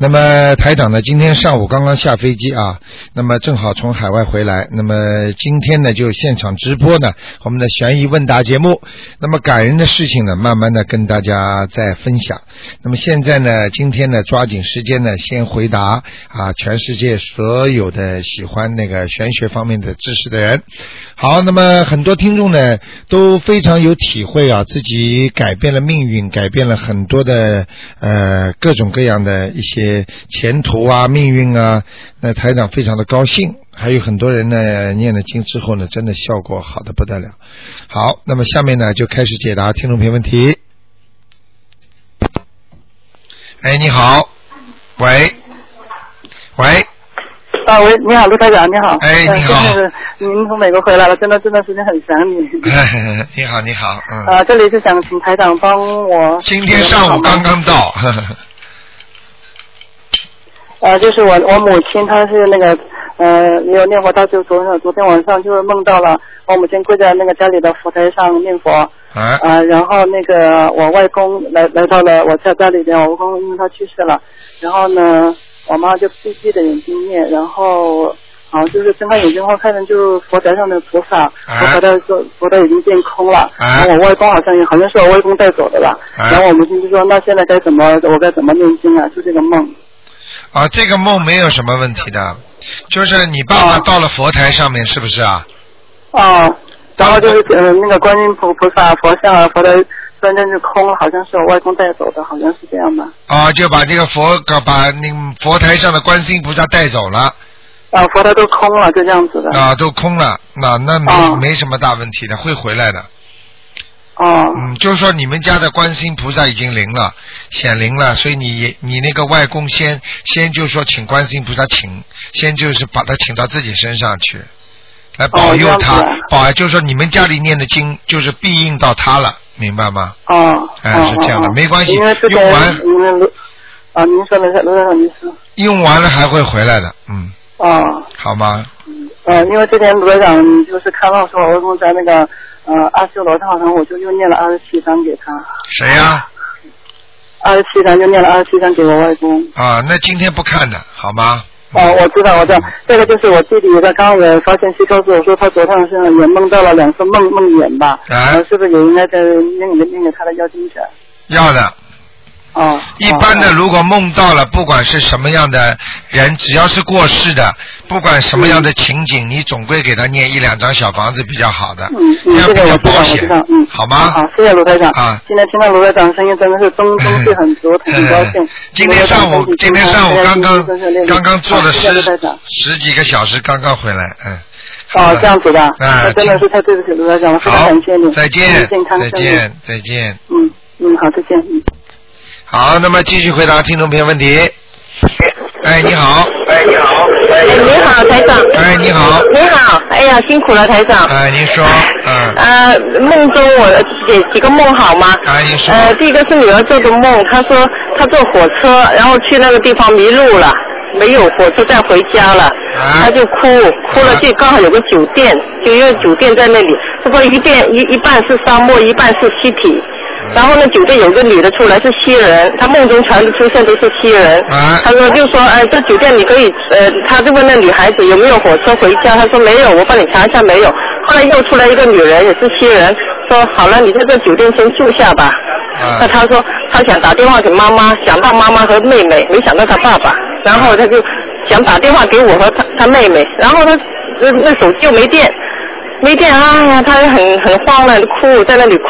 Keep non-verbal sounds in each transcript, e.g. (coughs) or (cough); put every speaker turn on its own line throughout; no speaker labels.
那么台长呢，今天上午刚刚下飞机啊，那么正好从海外回来。那么今天呢，就现场直播呢我们的悬疑问答节目。那么感人的事情呢，慢慢的跟大家再分享。那么现在呢，今天呢，抓紧时间呢，先回答啊，全世界所有的喜欢那个玄学方面的知识的人。好，那么很多听众呢都非常有体会啊，自己改变了命运，改变了很多的呃各种各样的一些前途啊、命运啊。那台长非常的高兴，还有很多人呢呃念了经之后呢，真的效果好的不得了。好，那么下面呢就开始解答听众朋友问题。哎，你好，喂，喂，
啊，喂，你好，陆台长，你好。
哎你好
呃真的是，您从美国回来了，真的这段时间很想你。
你好，你好，嗯，
啊，这里是想请台长帮我。
今天上午刚刚到， (laughs)
呃，就是我我母亲她是那个呃也有念佛，到就昨天昨天晚上就是梦到了我母亲跪在那个家里的佛台上念佛，
啊，
啊，然后那个我外公来来到了我家家里边，我外公因为他去世了，然后呢，我妈就闭闭着眼睛念，然后好像就是睁开眼睛后看见就是佛台上的菩萨，佛台的说佛台已经变空了，然后我外公好像也好像是我外公带走的了，
啊
然后我母亲就说那现在该怎么我该怎么念经啊？就这个梦，
啊，这个梦没有什么问题的，就是你爸爸到了佛台上面，是不是啊？
哦，然后就是嗯、呃那个观音菩菩萨佛像啊佛台突然间就空了，好像是我外公带走的，好像是这样吧？
啊，就把这个佛，把那个佛台上的观世音菩萨带走了，
啊，佛台都空了，就这样子的。
啊，都空了，那那没
哦
没什么大问题的，会回来的。
哦，
嗯，就是说你们家的观世音菩萨已经灵了，显灵了，所以你你那个外公先先就说请观世音菩萨请，先就是把他请到自己身上去，来保佑他，
哦这样子啊
保就是说你们家里念的经就是庇应到他了，明白吗？
哦，
哎
哦
是这样的
哦
没关系
因为这个
用完
因为卢啊，您说的是卢先生，您说
用完了还会回来的，嗯，
哦，
好吗？
呃，因为之前卢院长就是看到说，我外公在那个呃阿修罗道上，我就又念了二十七章给他，
谁呀、
二十七章就念了二十七章给我外公。
啊？那今天不看的，好吗？
哦，我知道，我知道，这个就是我弟弟，他刚刚也发信息告诉我说，他昨天晚上也梦到了两次梦梦魇吧，
啊
呃是不是也应该在念给念给他的妖精者？
要的，
哦，
一般的，
哦
如果梦到了，不管是什么样的人，只要是过世的，不管什么样的情景，你总归给他念一两张小房子比较好的，
嗯
这
嗯，
样
这
比
个
较
我知道，
保
我知
险
道，嗯，，
好吗？
好，谢谢卢台长。
啊
今天听到卢台长声音真的是中中气很足，很高兴。
今天上午，今天上午刚刚刚刚做了
的谢谢
十
卢台长。
十几个小时，刚刚回来，嗯。好
哦，
的
这样子的，
哎
那真的是太对不起卢台长了，非常
好
感谢你，，
再
祝你
见
健，康
再
身体。
见，再见。
嗯嗯，好，再见。嗯
好，那么继续回答听众朋友问题。哎，你好，
哎，你好。哎
哎，你好，台长。
哎，你好，
你好，哎呀，辛苦了，台长。
哎，您说，嗯，
呃，梦中我解几个梦好吗？
哎，您说，
呃，第一个是女儿做的梦，她说她坐火车，然后去那个地方迷路了，没有火车站回家了，
啊
她就哭，哭了就刚好有个酒店，就一个酒店在那里，不过一边一一半是沙漠，一半是西体。
嗯
然后呢，酒店有个女的出来是西人，她梦中全部出现都是西人。
啊
她说就说，哎，这酒店你可以，呃，她就问那女孩子有没有火车回家，她说没有，我帮你查一下没有。后来又出来一个女人，也是西人，说好了，你在这酒店先住下吧。
啊
那他说他想打电话给妈妈，想到妈妈和妹妹，没想到他爸爸，然后他就想打电话给我和他他妹妹，然后他那那手机又没电，没电，哎呀，他很很慌乱，哭在那里哭，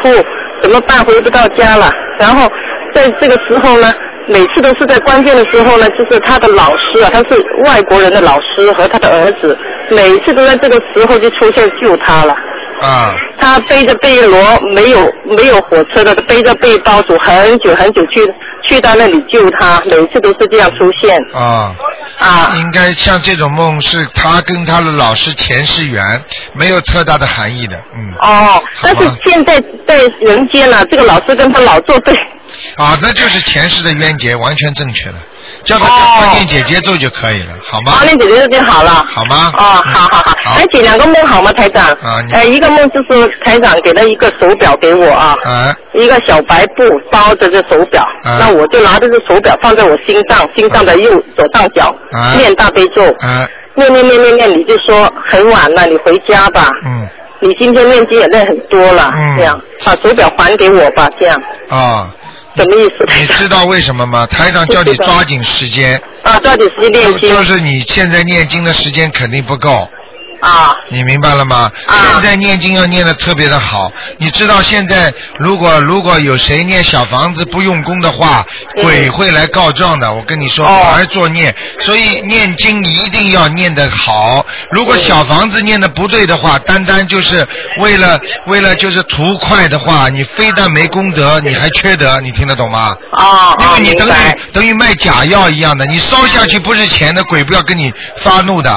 怎么办？回不到家了。然后在这个时候呢，每次都是在关键的时候呢，就是他的老师啊，他是外国人的老师和他的儿子，每次都在这个时候就出现救他了。
啊，
他背着背箩，没有没有火车的，他背着背包走很久很久去去去到那里救他，每次都是这样出现
啊，
啊。
应该像这种梦是他跟他的老师前世缘，没有特大的含义的，嗯。
哦，但是现在在人间了、这个老师跟他老作对，
啊，那就是前世的冤结，完全正确的，叫他赶快念姐姐咒就可以了，好吗
啊，？那姐姐就好了。
好吗？
哦，好好好，
嗯好
来解两个梦好吗，台长？
啊你
呃，一个梦就是台长给了一个手表给我啊，
啊
一个小白布包着这手表，
啊
那我就拿着这手表放在我心脏，心脏的右左上角、
啊
念大悲咒，
啊，
念念念念念，你就说很晚了，你回家吧，
嗯，
你今天念经也练很多了，
嗯
这样把手表还给我吧，这样
啊，
什么意思？
你知道为什么吗？台长叫你抓紧时间，
啊，抓紧时间
就
念经
就是你现在念经的时间肯定不够。
啊
你明白了吗？
啊
现在念经要念的特别的好。你知道现在如果如果有谁念小房子不用功的话，
嗯
鬼会来告状的。我跟你说，
哦
反而作孽。所以念经一定要念得好。如果小房子念的不对的
嗯
话，单单就是为了为了就是图快的话，你非但没功德，你还缺德。你听得懂吗？
啊
因
啊，
为你
明
等于、
白
等于卖假药一样的，你烧下去不是钱的，鬼不要跟你发怒的，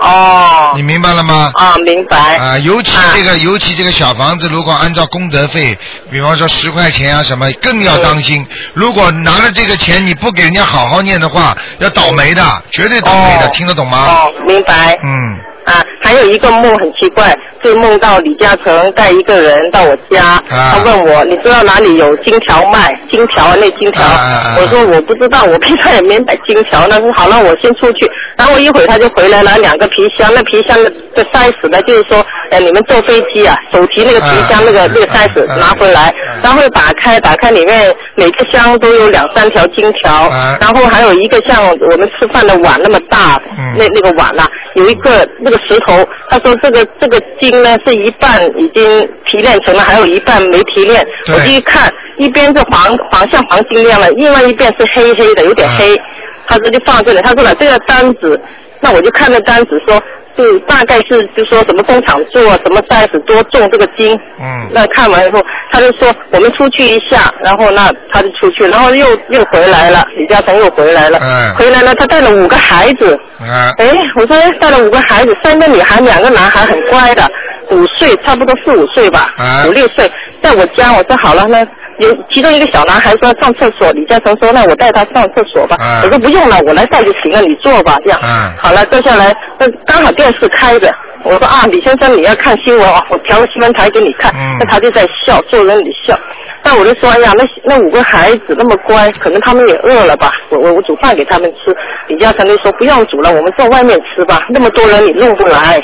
哦
你明白了吗？
啊，明白
啊、尤其这个，尤其这个小房子，如果按照功德费，比方说十块钱啊什么，更
嗯
要当心。如果拿了这个钱你不给人家好好念的话，要倒霉的，绝对倒霉的，
哦
听得懂吗？
哦，明白。
嗯，
啊，还有一个梦很奇怪，就梦到李嘉诚带一个人到我家，
啊
他问我你知道哪里有金条卖？金条啊，那金条，
啊啊啊
我说我不知道，我平常也没买金条，那说好了，我先出去。然后一会儿他就回来拿两个皮箱，那皮箱的的 size 呢，就是说，呃，你们坐飞机啊，手提那个皮箱、
啊
那个那个
啊
size、
啊
拿回来，
啊
然后打开，打开里面每个箱都有两三条金条，
啊
然后还有一个像我们吃饭的碗那么大，
嗯
那那个碗呐、有一个那个石头，他说这个这个筋呢是一半已经提炼成了，还有一半没提炼。
对
我就一看，一边是黄黄像黄金那样的，另外一边是黑黑的，有
嗯
点黑。他说就放这里，他说了这个单子，那我就看那单子说，就大概是就说什么工厂做什么 size 多重这个金，
嗯，
那看完以后，他就说我们出去一下，然后那他就出去，然后又又回来了，李嘉诚又回来了，
嗯
回来了，他带了五个孩子，
啊、
哎，我说哎带了五个孩子，三个女孩，两个男孩，很乖的，五岁，差不多四五岁吧，
嗯
五六岁，在我家，我说好了，那有其中一个小男孩说上厕所，李嘉诚说那我带他上厕所吧，
嗯
我说不用了，我来带就行了，你坐吧，这样，
嗯
好了，坐下来，那刚好电视开着。我说啊，李先生，你要看新闻啊，我调了新闻台给你看。
嗯
那他就在笑，坐在那里笑。那我就说，哎呀，那那五个孩子那么乖，可能他们也饿了吧？我我我煮饭给他们吃。李嘉诚就说不用煮了，我们在外面吃吧。那么多人你弄不来。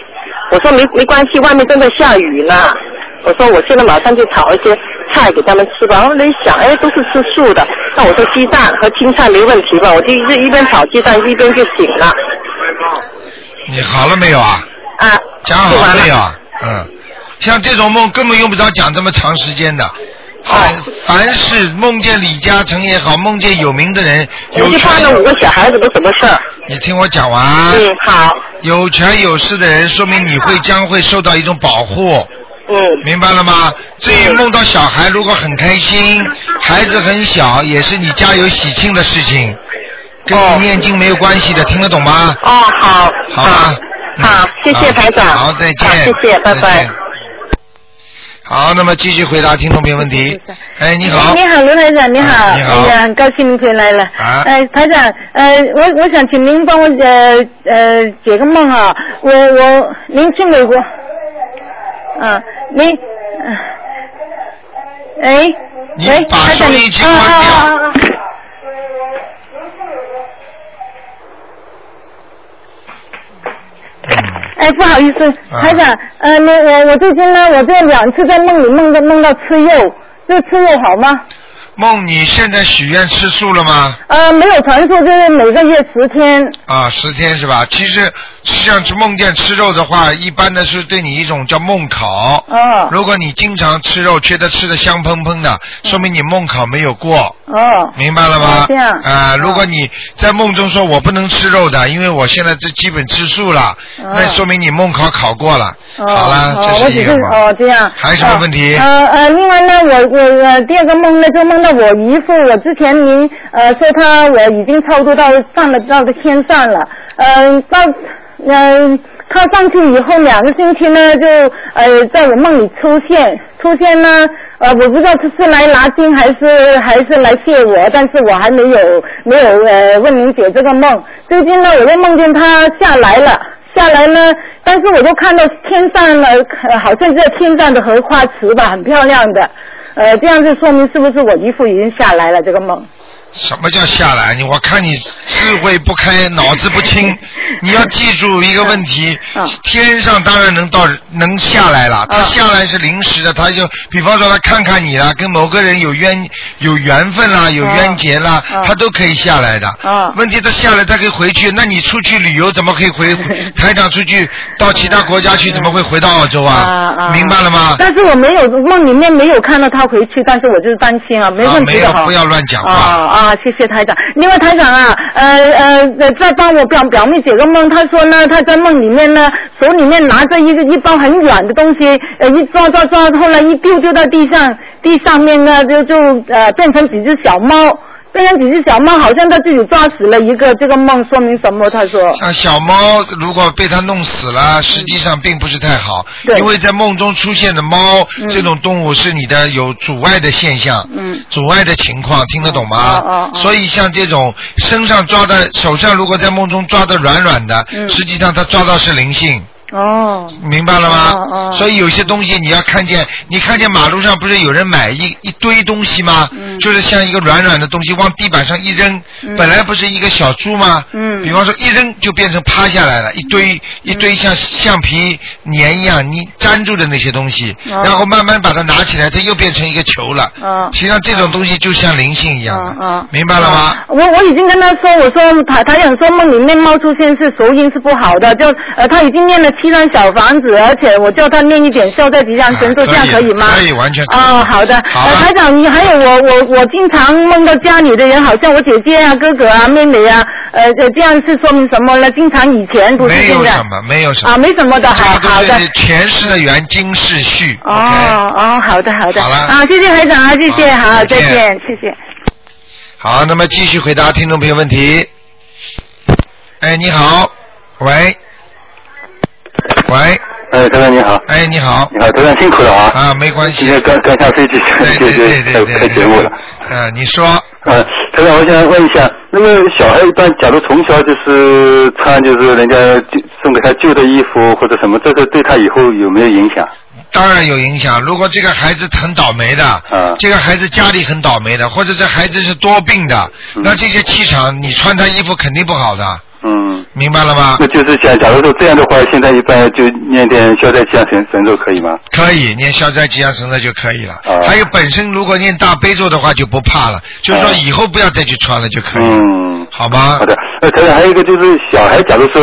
我说没没关系，外面正在下雨呢。我说我现在马上就炒一些菜给他们吃吧。然后我一想，哎，都是吃素的，那我说鸡蛋和青菜没问题吧？我就一一边炒鸡蛋一边就醒了。
你好了没有啊？
啊，
讲
就
好
完
了没有
了。
啊？嗯，像这种梦根本用不着讲这么长时间的。凡凡是梦见李嘉诚也好，梦见有名的人，有
我就怕
权
那
有
五个小孩子都什么事儿？
你听我讲完。啊
嗯，好，
有权有势的人，说明你会将会受到一种保护，
嗯，
明白了吗？至于梦到小孩，如果很开心，孩子很小，也是你家有喜庆的事情，跟
哦
你念经没有关系的，听得懂吗？
哦，好，
好吧，嗯
好，谢谢台长，
好，再见。
好谢谢，拜
再
拜
见。。好，那么继续回答听众朋友问题。哎，你好。
你好，刘台长，你好。
啊你好
哎呀，很高兴您回来了。
啊
呃，台长，呃，我我想请您帮我呃呃解个梦啊。我我您去美国，啊，您，
呃
啊哎，
你
喂，
把
台长
收音
你
机关掉
啊啊啊啊啊
嗯
哎，不好意思，
啊
台长，呃，那我我最近呢，我这两次在梦里梦到梦到吃肉，这吃肉好吗？
梦，你现在许愿吃素了吗？
呃，没有传说，就是每个月十天。
啊，十天是吧？其实实际上是梦见吃肉的话，一般的是对你一种叫梦考。
哦
如果你经常吃肉，觉得吃的香喷喷的，说明你梦考没有过，
哦，
明白了吗
嗯哦？这样
啊、
哦
如果你在梦中说我不能吃肉的，因为我现在这基本吃素了，
哦
那说明你梦考考过了。
哦
好了，
哦，
这
我
是
只
一
是
个梦。
哦这样。
还有什么问题
哦呃呃，另外呢，我我呃第二个梦呢，就梦到我姨父，我之前您呃说他我已经超度到上了到了天上了，嗯、到嗯、他上去以后两个星期呢，就呃在我梦里出现，出现呢。呃，我不知道他是来拿经还是还是来谢我，但是我还没有没有呃问您解这个梦。最近呢，我又梦见他下来了，下来呢，但是我就看到天上了，呃好像是在天上的荷花池吧，很漂亮的。呃，这样就说明是不是我姨父已经下来了这个梦？
什么叫下来？你我看你智慧不开，脑子不
(laughs)
清。你要记住一个问题
嗯，
天上当然能到能下来了，他
嗯
下来是临时的，他就比方说他看看你啦，跟某个人有冤有缘分啦，有冤结啦
嗯，
他都可以下来的
嗯。
问题他下来他可以回去，那你出去旅游怎么可以回？
(laughs)
台长出去到其他国家去怎么会回到澳洲啊？明白了吗？
但是我没有梦里面没有看到他回去，但是我就是担心啊，没
啊，
问
没
题的
有
哈。，
不要乱讲话。
啊啊，谢谢台长。另外台长啊，呃呃，呃再帮我表表妹解个梦。她说呢，她在梦里面呢，手里面拿着一个一包很软的东西，呃，一抓抓抓，后来一丢丢到地上，地上面呢就就呃变成几只小猫。变成几只小猫，好像她自己抓死了一个，这个梦说明什么？她说，
像啊小猫如果被它弄死了，实际上并不是太好，
嗯对
因为在梦中出现的猫、
嗯
这种动物是你的有阻碍的现象。
嗯，
阻碍的情况听得懂吗？
哦哦哦
所以像这种身上抓的、手上如果在梦中抓的软软的，
嗯
实际上它抓到是灵性，
哦，
明白了吗？
哦哦
所以有些东西你要看见，你看见马路上不是有人买一一堆东西吗？
嗯
就是像一个软软的东西往地板上一扔，
嗯
本来不是一个小猪吗？
嗯
比方说一扔就变成趴下来了，一堆一堆像橡皮粘一样你粘住的那些东西，
哦
然后慢慢把它拿起来，它又变成一个球了。
哦
实际上这种东西就像灵性一样的，
哦哦
明白了吗？
我我已经跟他说，我说台台长说梦里面猫出现是熟音是不好的，就呃他已经念了七张小房子，而且我叫他念一点消灾吉祥神咒，
啊
这样
可以
以吗？
可以完全可以
哦，好的。
好了啊
呃，台长，你还有我我我经常梦到家里的人，好像我姐姐啊、哥哥啊、妹妹啊，呃呃，这样是说明什么呢？经常以前不是
没
现
有
在
什么，没有什么。
啊，没什么的，
这
好
个
好
都
的。
是前世的缘，今世续。
哦
OK，
哦，好的好的，
好了
啊，谢谢台长啊，谢谢，
好再
好，再
见
见，谢谢。
好，那么继续回答听众朋友问题。哎，你好，喂，喂，
哎，台长你好，
哎，你好，
你好，台长辛苦了啊！
啊，没关
今
系，
天刚刚下飞机，
对对对对
(laughs) 就
对，
就开节目了。
嗯，你说，
呃，台长，我想问一下，那么小孩一般，假如从小就是穿就是人家就送给他旧的衣服或者什么，这个对他以后有没有影响？
当然有影响。如果这个孩子很倒霉的，
嗯
这个孩子家里很倒霉的，或者这孩子是多病的，
嗯
那这些气场，你穿他衣服肯定不好的，
嗯，
明白了吗
那？就是想，假如说这样的话，现在一般就念点消灾吉祥神神咒可以吗？
可以念消灾吉祥神咒就可以了。
哦
还有本身如果念大悲咒的话就不怕了，就是说
哦
以后不要再去穿了就可以了，
嗯，
好吗
好？的。呃，台长，还有一个就是小孩，假如说。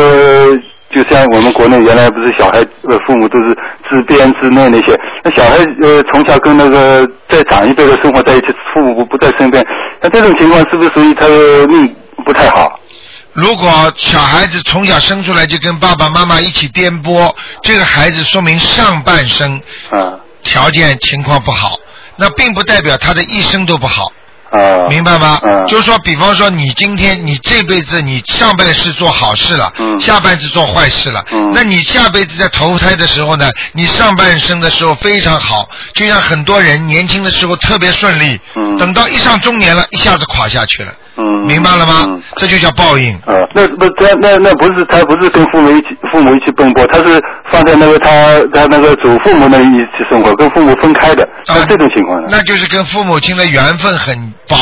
就像我们国内原来不是小孩呃父母都是自编自弄那些，那小孩呃从小跟那个在长一辈的生活在一起，父母不不在身边，那这种情况是不是属于他的命不太好？
如果小孩子从小生出来就跟爸爸妈妈一起颠簸，这个孩子说明上半生
啊
条件情况不好，那并不代表他的一生都不好，
啊，
明白吗？
嗯
就是说，比方说你今天你这辈子你上半世做好事了，
嗯
下半世做坏事了，
嗯
那你下辈子在投胎的时候呢，你上半生的时候非常好，就像很多人年轻的时候特别顺利，
嗯
等到一上中年了，一下子垮下去了，
嗯，
明白了吗？
嗯
这就叫报应。
啊，那不他那那不是他不是跟父母一起父母一起奔波，他是放在那个他他那个祖父母那一起生活，跟父母分开的。
啊
那这种情况呢？
那就是跟父母亲的缘分很薄，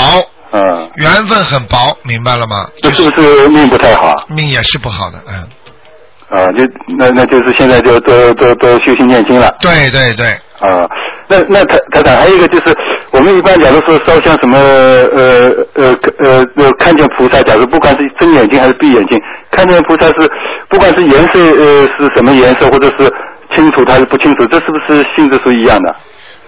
啊，
缘分很薄，明白了吗？
那
就是
不是命不太好啊？
命也是不好的，嗯，
啊，就那那就是现在就多多多修心念经了
对对对，
啊。那那台台长还有一个就是，我们一般假如说烧香什么呃呃呃呃看见菩萨，假如不管是睁眼睛还是闭眼睛，看见菩萨是不管是颜色呃是什么颜色，或者是清楚它是不清楚，这是不是性质是一样的？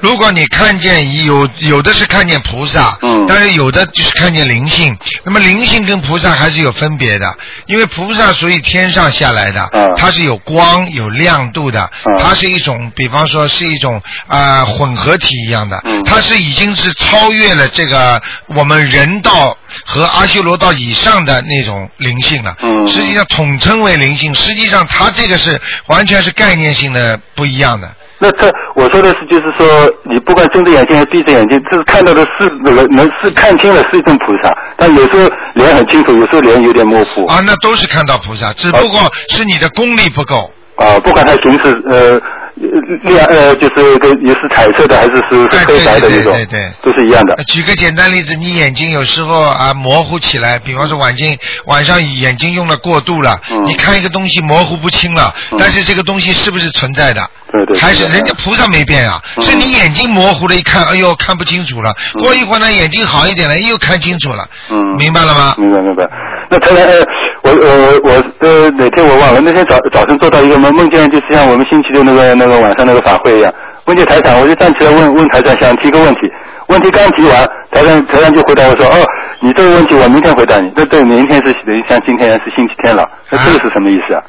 如果你看见有有的是看见菩萨，
嗯
但是有的就是看见灵性。那么灵性跟菩萨还是有分别的，因为菩萨属于天上下来的，
嗯
它是有光有亮度的，
嗯
它是一种，比方说是一种啊、呃混合体一样的，
嗯
它是已经是超越了这个我们人道和阿修罗道以上的那种灵性了。
嗯
实际上统称为灵性，实际上它这个是完全是概念性的不一样的。
那这我说的是，就是说，你不管睁着眼睛还是闭着眼睛，这是看到的是能能是看清了是一种菩萨，但有时候脸很清楚，有时候脸有点模糊
啊，那都是看到菩萨，啊只不过是你的功力不够。
啊不管它形式呃亮呃就是个也是彩色的还是是是
对
黑白的
对
那种
对对，
都是一样的
呃。举个简单例子，你眼睛有时候啊模糊起来，比方说晚间晚上眼睛用了过度了，
嗯
你看一个东西模糊不清了，
嗯
但是这个东西是不是存在的？
对对对
还是
对
人家菩萨没变啊，
嗯
是你眼睛模糊了，一看，哎呦看不清楚了。
嗯
过一会儿呢，眼睛好一点了，又看清楚了。
嗯
明白了吗？
明白明白。那台长，呃，我我我呃哪天我忘了，那天早早晨做到一个梦，梦见就是像我们星期六那个那个晚上那个法会一样，梦见台长，我就站起来问问台长，想提个问题，问题刚提完，台长台长就回答我说，哦，你这个问题我明天回答你，那对，明天是等于像今天是星期天了，那这个是什么意思啊？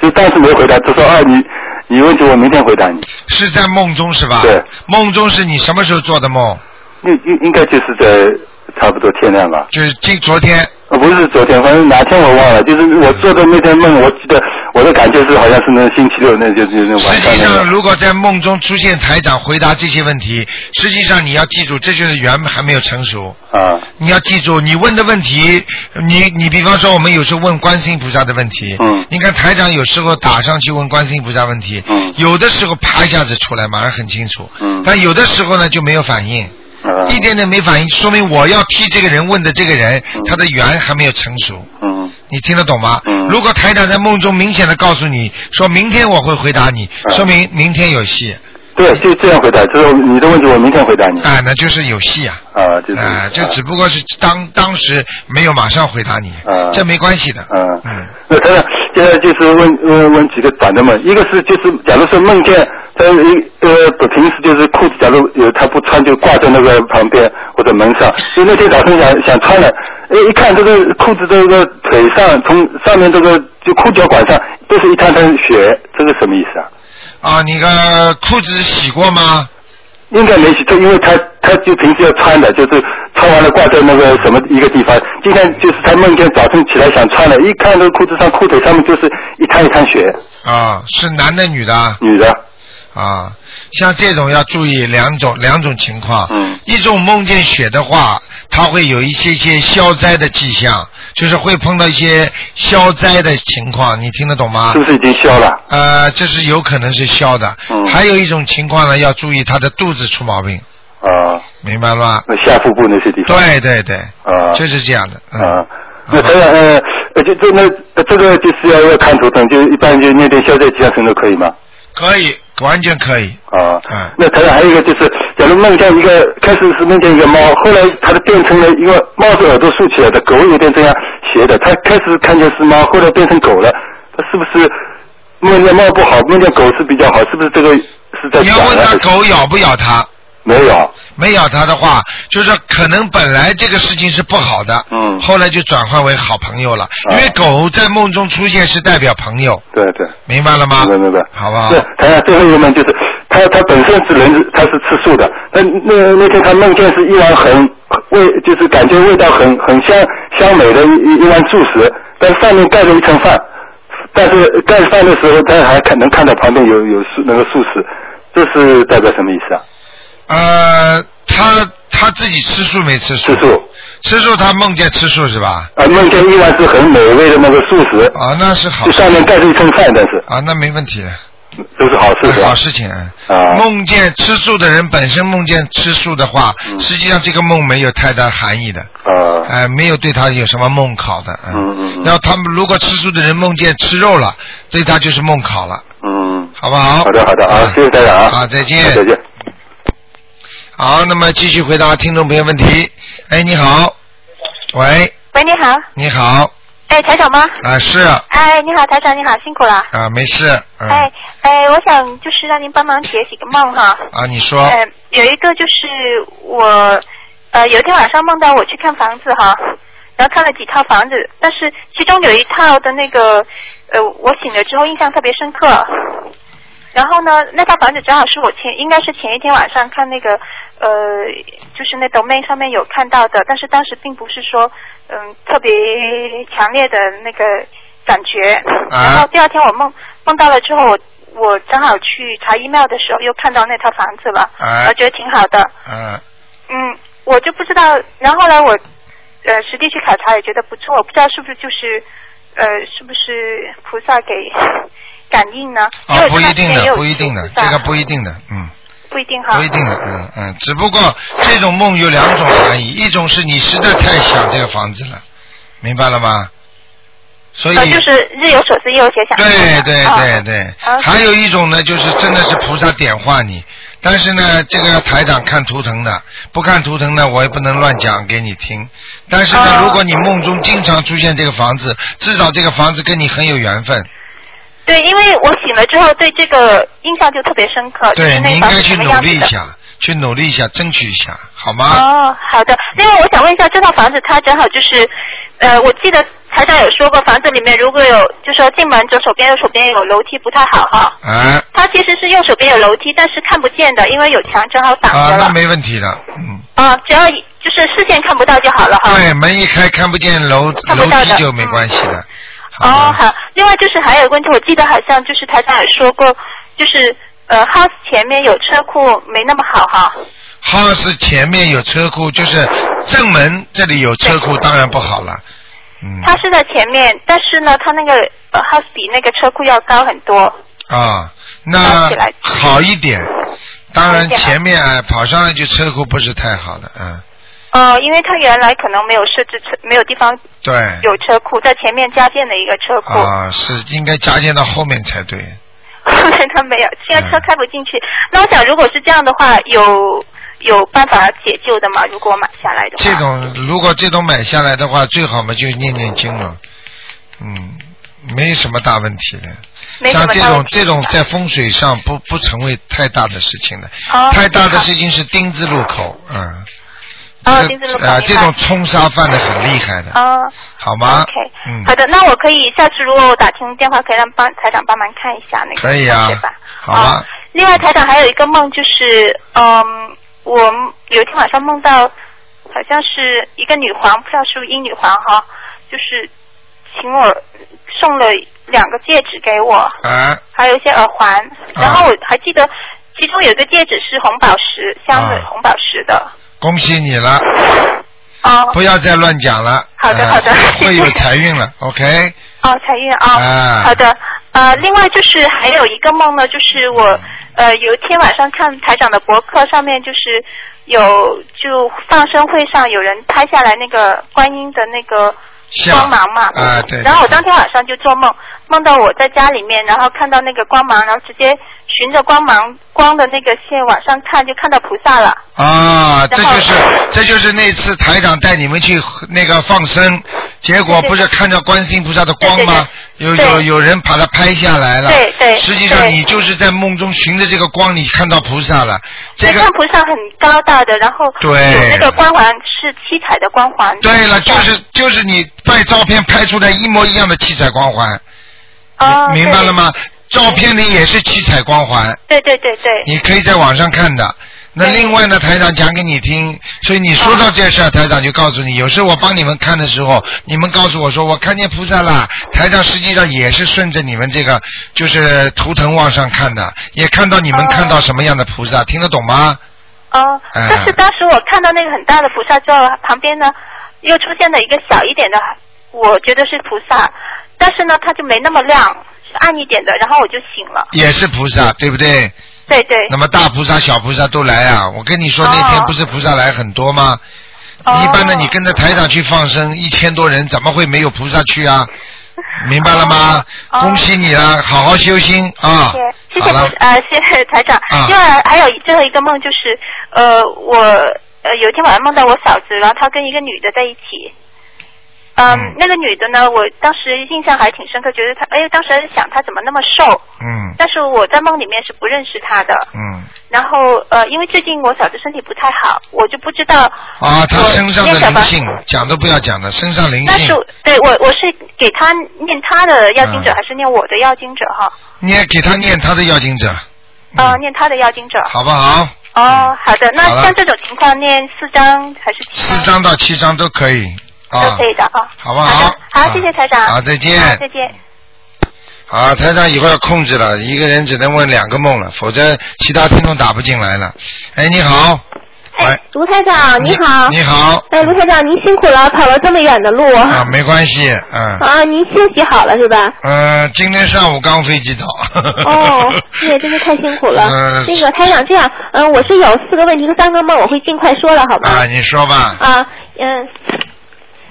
就当时没回答，就说啊你你问题我明天回答你，
是在梦中是吧？
对。
梦中是你什么时候做的梦？
应应应该就是在差不多天亮吧。
就是今昨天。
呃，不是昨天，反正哪天我忘了，就是我做的那天梦，我记得我的感觉是好像是那星期六那就就那晚
实
上
际
那
上，
个。
如果在梦中出现台长回答这些问题，实际上你要记住，这就是缘还没有成熟。
啊，
你要记住，你问的问题，你你比方说，我们有时候问观世音菩萨的问题，
嗯
你看台长有时候打上去问观世音菩萨问题，
嗯
有的时候啪一下子出来，马上很清楚，
嗯
但有的时候呢就没有反应，
啊
一点点没反应，说明我要替这个人问的这个人，
嗯
他的缘还没有成熟，
嗯
你听得懂吗？
嗯
如果台长在梦中明显的告诉你说明天我会回答你，
嗯
说明明天有戏，
对，就这样回答，就是你的问题我明天回答你。
啊，那就是有戏啊。
啊，就是。
啊，这
啊
只不过是当当时没有马上回答你，
啊
这没关系的。
嗯
嗯，
那当然，现在就是问问问几个短的梦，一个是就是假如说梦见他一呃不平时就是裤子，假如有他不穿就挂在那个旁边或者门上，就那天早晨想想穿了，哎一看这个裤子这个腿上从上面这个就裤脚管上都是一滩滩血，这个什么意思啊？
啊，你个裤子洗过吗？
应该没洗，就因为他他就平时要穿的，就是穿完了挂在那个什么一个地方。今天就是他梦见早晨起来想穿了，一看这个裤子上裤腿上面就是一滩一滩血，
啊，是男的女的啊
女的。
啊？像这种要注意两种两种情况。
嗯
一种梦见血的话，它会有一些些消灾的迹象，就是会碰到一些消灾的情况，你听得懂吗？
是不是已经消了？
呃，这是有可能是消的。
嗯
还有一种情况呢，要注意他的肚子出毛病，
啊，
明白了吗？
那下腹部那些地方。
对对对，
啊
就是这样的。嗯、
啊，那这样呃，呃就这那呃这个就是要要看图腾，就一般就念点消灾吉祥神咒可以吗？
可以，完全可以。
啊
嗯，
那台长还有一个就是，假如梦见一个，开始是梦见一个猫，后来它的变成了一个猫是耳朵竖起来的，狗有点这样斜的，它开始看见是猫，后来变成狗了，它是不是梦见猫不好，梦见狗是比较好？是不是这个是在
你要
转
问
啊
他
还是
狗咬不咬他，
没有？
没咬他的话，就是可能本来这个事情是不好的，
嗯
后来就转换为好朋友了。
啊
因为狗在梦中出现是代表朋友，
对对。
明白了吗？
明白明白，
啊好不好
对？，台长最后一个梦就是，他他本身是人，他是吃素的，那那那天他梦见是一碗很味，就是感觉味道很很香香美的一一一碗素食，但是上面盖着一层饭，但是盖饭的时候他还看能看到旁边有有素那个素食，这是代表什么意思啊？
呃，他他自己吃素没吃
吃
素？
素
吃素，他梦见吃素是吧？
啊，梦见一碗是很美味的那个素食，
啊，那是好
就上面盖着一层饭，但是
啊，那没问题的。
这是好事是吧
好？事情。嗯
啊
梦见吃素的人本身梦见吃素的话，
嗯
实际上这个梦没有太大含义的，
啊，
呃，没有对他有什么梦考的。
嗯嗯嗯
然后他们如果吃素的人梦见吃肉了，对他就是梦考了，
嗯，
好不好？
好的好的啊，谢谢台长啊，
好，再见。
再见。
好，那么继续回答听众朋友问题。哎，你好。喂，
喂，你好，
你好。
哎，台长吗？
啊，是啊，
哎，你好，台长，你好，辛苦了。
啊没事，嗯，
哎哎，我想就是让您帮忙解几个梦哈。
啊，你说，
嗯，有一个就是我，呃，有一天晚上梦到我去看房子哈，然后看了几套房子，但是其中有一套的那个，呃，我醒了之后印象特别深刻。然后呢，那套房子正好是我前应该是前一天晚上看那个，呃，就是那 domain 上面有看到的，但是当时并不是说，嗯，特别强烈的那个感觉。
啊
然后第二天我梦梦到了之后，我我正好去查 email 的时候又看到那套房子了，
哎
我觉得挺好的。
嗯，
嗯，我就不知道。然后后来我呃实地去考察也觉得不错，不知道是不是就是呃是不是菩萨给感应呢？因为
哦，
我
不
看
一
到之
定
前也
的，
有
不一定的
菩，萨
这个不一定的，嗯，
不一定哈，
不一定的，嗯嗯，只不过这种梦有两种含义，一种是你实在太想这个房子了，明白了吗？所以，
呃就是日有所思夜有所想。
对对
啊
对对，
啊
还有一种呢，就是真的是菩萨点化你，但是呢，
嗯
这个台长看图腾的，不看图腾呢，我也不能乱讲给你听。但是呢，
哦
如果你梦中经常出现这个房子，至少这个房子跟你很有缘分，
对，因为我醒了之后对这个印象就特别深刻，啊就
对
是
你
那个
应
房
该
子
去
什么
努
样子
力一
的。
下，去努力一下，争取一下，好吗？
哦，好的。另外，我想问一下，这套房子它正好就是，呃，我记得台长有说过，房子里面如果有，就说进门左手边、右手边有楼梯不太好哈。
啊
它其实是右手边有楼梯，但是看不见的，因为有墙正好挡
啊，
着了。
那没问题的，嗯，
啊只要一就是视线看不到就好了哈。
对，门一开看不见楼
看不
楼
到
梯
的
就没关系的。
哦，
吧
好。另外就是还有一个问题，我记得好像就是台长也说过，就是呃，house 前面有车库没那么好哈。
house 前面有车库，就是正门这里有车库，当然不好了。嗯
它是在前面，但是呢，它那个呃 house 比那个车库要高很多。
啊，
拿
那
起来
好一点。当然
好一点啊
前面哎跑上来就车库不是太好的，嗯，
呃，因为它原来可能没有设置车，没有地方
对。
有车库，在前面加建了一个车库。
哎
(laughs)
啊，是应该加建到后面才对。
后面他没有，现在车开不进去。那我想，如果是这样的话，有有办法解救的吗？如果买下来的话，
这种如果这种买下来的话，最好嘛就念念经了，嗯，没什么大问题的。
没什
像
么
这
大问
种
题
这种在风水上不不成为太大的事情的，
哦
太大的事情是丁字路口，嗯。
哦
这个
丁字路口
啊，
明白
这种冲杀犯的很厉害的，
哦
好吗
OK，、
嗯，
好的，那我可以下次如果我打听电话，可以让帮台长帮忙看一下那个
可以啊
对吧？
好啊
哦另外，台长还有一个梦，就是嗯，我有一天晚上梦到，好像是一个女皇，不知道是不是英女皇哈，就是请我送了两个戒指给我。
啊
还有一些耳环，然后我还记得其中有一个戒指是红宝石镶的
啊
红宝石的。
恭喜你了，
哦
不要再乱讲了，
好的
呃
好的
会有财运
(laughs)
了，OK，
哦，财运啊，
啊
好的。呃，另外就是还有一个梦呢，就是我呃有一天晚上看台长的博客上面就是有就放生会上有人拍下来那个观音的那个
像
光芒嘛，
啊对，
然后我当天晚上就做梦，梦到我在家里面，然后看到那个光芒，然后直接循着光芒光的那个线往上看，就看到菩萨了。
啊，这
然后
就是这就是那次台长带你们去那个放生，结果
对对
不是看到观世音菩萨的光吗？有
对
有有人把它拍下来了。
对对
实际上
对
你就是在梦中循着这个光，你看到菩萨了。这个
看菩萨很高大的，然后
对
有那个光环是七彩的光环。
对了，就是就是你拍照片拍出来一模一样的七彩光环，
哦，
明明白了吗？照片里也是七彩光环。
对？对对对对，
你可以在网上看的。那
对
另外呢，台长讲给你听，所以你说到这事儿，台长就告诉你。有时候我帮你们看的时候，你们告诉我说我看见菩萨啦，台长实际上也是顺着你们这个就是图腾往上看的，也看到你们
哦
看到什么样的菩萨，听得懂吗？
哦，
哎
但是当时我看到那个很大的菩萨之后，旁边呢又出现了一个小一点的，我觉得是菩萨，但是呢它就没那么亮，是暗一点的，然后我就醒了。
也是菩萨，对不对？
对对。
那么大菩萨、小菩萨都来啊！我跟你说，
哦
那天不是菩萨来很多吗？
哦
一般的，你跟着台长去放生，一千多人，怎么会没有菩萨去啊？明白了吗？
哦哦
恭喜你了，好好修心啊！
谢谢，谢
好
谢
了
菩，呃，谢谢台长
啊。
另外还有最后一个梦就是，呃，我呃有一天晚上梦到我嫂子，然后她跟一个女的在一起，嗯，那个女的呢，我当时印象还挺深刻，觉得她，哎，当时还想她怎么那么瘦，
嗯
但是我在梦里面是不认识她的。
嗯，
然后呃，因为最近我嫂子身体不太好，我就不知道。
啊，他身上的
念小
灵
房
性讲都不要讲的，身上灵
但是
性，
对我我是给她念她的要经者，
嗯
还是念我的要经者哈？
念给他念他的要经者，嗯
呃，念她的要经者。
好不好？
哦，好的，那
好了
像这种情况念四张还是七
四张到七张都可以
都
啊
可，以的啊。
好不
好
好
的？好，谢谢台长。
好，再见。
好再见。
啊，台长以后要控制了，一个人只能问两个梦了，否则其他听众打不进来了。哎，你好，喂
哎，卢台长你好。
你好，
哎，卢台长您辛苦了，跑了这么远的路。
啊，没关系，嗯，
啊，您休息好了是
(laughs)
吧？
呃，今天上午刚飞机到。
哦，对，真是太辛苦了。
嗯
那个台长，这样，嗯、我是有四个问题和三个梦，我会尽快说了，好吗？
(laughs) 啊，你说吧，
啊，嗯。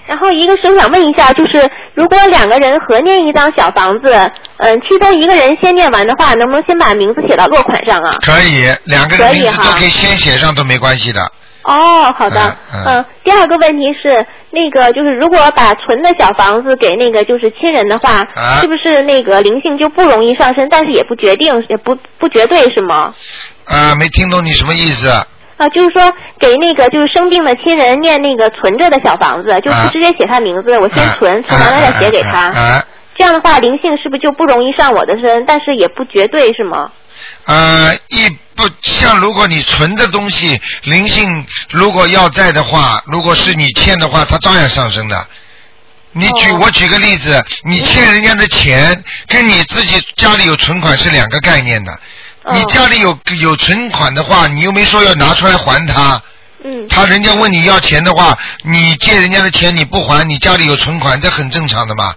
然后一个是我想问一下，就是如果两个人合念一张小房子，嗯，其中一个人先念完的话，能不能先把名字写到落款上啊？
可以，两个人
可以
名字都
哈
可以先写上都没关系的。
哦，好的，
嗯嗯
嗯。第二个问题是，那个就是如果把存的小房子给那个就是亲人的话，
啊
是不是那个灵性就不容易上升？但是也不决定，也不不绝对是吗？
啊，没听懂你什么意思？
啊，就是说给那个就是生病的亲人念那个存着的小房子，就
啊
不直接写他名字，我先
啊
存，存完了再写给
啊啊
他。
啊
这样的话，灵性是不是就不容易上我的身？但是也不绝对是吗？
呃，一不像如果你存的东西灵性如果要在的话，如果是你欠的话，它照样上升的。你举、
哦嗯
我举个例子，你欠人家的钱，跟你自己家里有存款是两个概念的。
嗯
你家里有有存款的话，你又没说要拿出来还他，
嗯
他人家问你要钱的话，你借人家的钱你不还，你家里有存款，这很正常的嘛，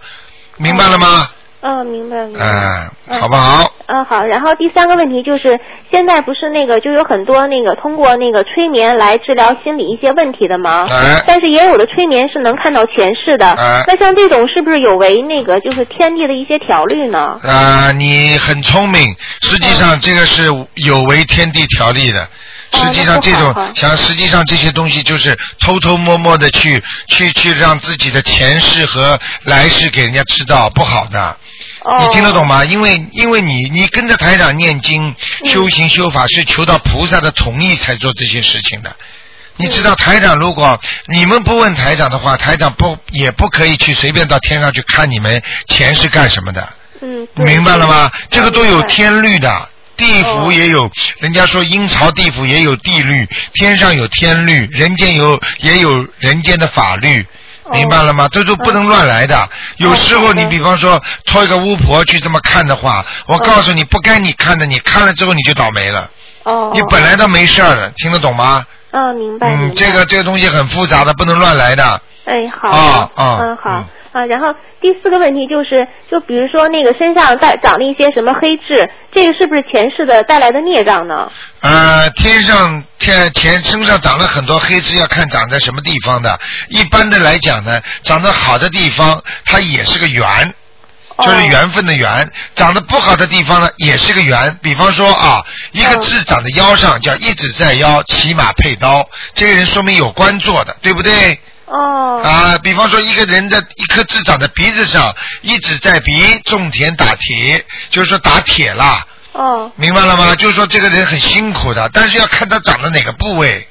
明白了吗？
嗯，明白了。明白了
嗯，
嗯
好不好？
嗯，好。然后第三个问题就是，现在不是那个就有很多那个通过那个催眠来治疗心理一些问题的吗？
哎
但是也有的催眠是能看到前世的。
哎
那像这种是不是有违那个就是天地的一些条律呢？
啊、你很聪明，实际上这个是有违天地条例的。
嗯哦
实际上，这
那不好
种
哈
像实际上这些东西就是偷偷摸摸的去去去让自己的前世和来世给人家知道，不好的。
哦，
你听得懂吗？因为因为你你跟着台长念经、
嗯
修行修法是求到菩萨的同意才做这些事情
嗯
的。你知道台长，如果你们不问台长的话，台长不也不可以去随便到天上去看你们前世干什么的。
嗯，对
明白了？吗？这个都有
明白
天律的，地府
哦
也有，人家说阴曹地府也有地律，天上有天律，人间有也有人间的法律。
哦嗯
明白了吗？这都不能乱来的。有时候
好
你
的
比方说托一个巫婆去这么看的话，我
嗯
告诉你不该你看的，你看了之后你就倒霉了。
哦，
你本来都没事儿的，听得懂吗？
嗯，明白。明
嗯，
白
这个这个东西很复杂的，不能乱来的。
哎，好，
啊啊
嗯，好
嗯，
啊，然后第四个问题就是，就比如说那个身上带长了一些什么黑痣，这个是不是前世的带来的孽障呢？
呃，天上天前身上长了很多黑痣，要看长在什么地方的。一般的来讲呢，长得好的地方，它也是个缘，就是缘分的缘；长得不好的地方呢，也是个缘。比方说啊，一个痣长在腰上，叫一指在腰，骑马配刀，这个人说明有官做的，对不对？
哦，
啊，比方说一个人的一颗痣长在鼻子上，一指在鼻，种田打铁，就是说打铁啦。
哦，
明白了吗？就是说这个人很辛苦的，但是要看他长的哪个部位，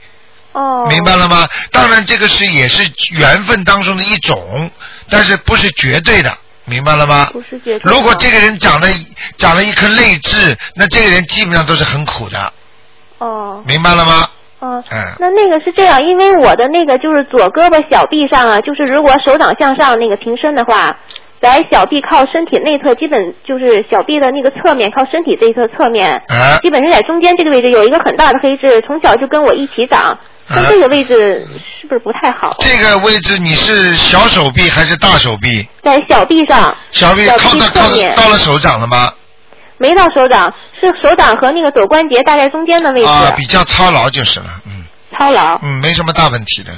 哦，
明白了吗？当然这个是也是缘分当中的一种，但是不是绝对的，明白了吗？
不是绝对的
如果这个人长了长了一颗泪痣，那这个人基本上都是很苦的，
哦，
明白了吗？
哦。
嗯，
那那个是这样，因为我的那个就是左胳膊小臂上啊，就是如果手掌向上那个平伸的话，在小臂靠身体内侧，基本就是小臂的那个侧面靠身体这一侧侧面，
啊
基本上在中间这个位置有一个很大的黑痣，从小就跟我一起长，像这个位置是不是不太好？
啊这个位置你是小手臂还是大手臂？
在小臂上，
小臂
小臂
靠到靠
侧
到
面
到了手掌了吗？
没到手掌，是手掌和那个肘关节大概中间的位置，
啊，比较操劳就是了，嗯
操劳。
嗯，没什么大问题的。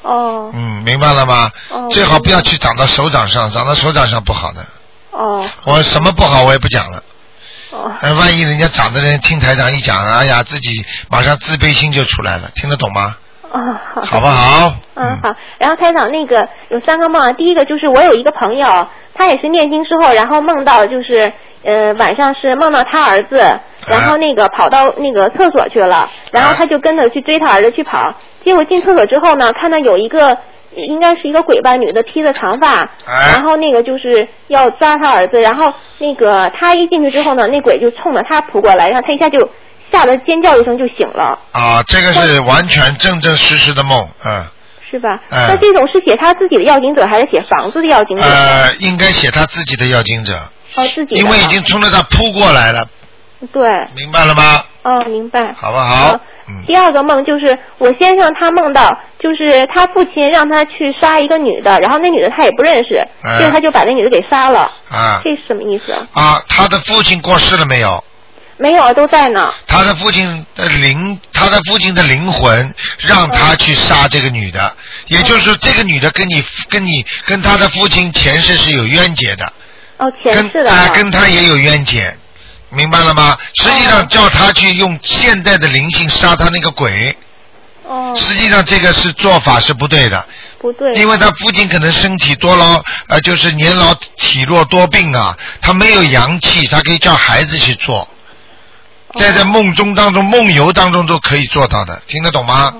哦
嗯，明白了吗？
哦
最好不要去长到手掌上，长到手掌上不好的。
哦
我什么不好我也不讲了，
哦
哎，万一人家长的人听台长一讲，哎呀，自己马上自卑心就出来了，听得懂吗？
哦， (laughs)
好不好？
嗯，好。然后台长，那个有三个梦啊。第一个就是我有一个朋友，他也是念经之后，然后梦到就是，呃，晚上是梦到他儿子，然后那个跑到那个厕所去了，然后他就跟着去追他儿子去跑，结果进厕所之后呢，看到有一个应该是一个鬼吧女的披着长发，然后那个就是要抓他儿子，然后那个他一进去之后呢，那鬼就冲着他扑过来，然后他一下就吓得尖叫一声就醒了。
啊，这个是完全正正实实的梦，嗯，
是吧？
哎
那这种是写他自己的要紧者，还是写房子的要紧者？
呃，应该写他自己的要经者，
哦，自己的啊
因为已经冲着他扑过来了，
对，
明白了吗？
哦，明白。
好不好？
第二个梦就是我先生他梦到，就是他父亲让他去杀一个女的，然后那女的他也不认识，
哎
结果他就把那女的给杀了。
啊
这是什么意思？
啊，他的父亲过世了没有？
没有啊，都在呢。
他的父亲的灵，他的父亲的灵魂让他去杀这个女的，也就是说，这个女的跟你、跟你、跟他的父亲前世是有冤结的，
哦，前世的
啊、
哈
跟他也有冤结，明白了吗？实际上叫他去用现代的灵性杀他那个鬼，
哦，
实际上这个是做法是不对的，
不对。
因为他父亲可能身体多劳，呃，就是年老体弱多病啊，他没有阳气，他可以叫孩子去做，在在梦中当中、梦游当中都可以做到的，听得懂吗？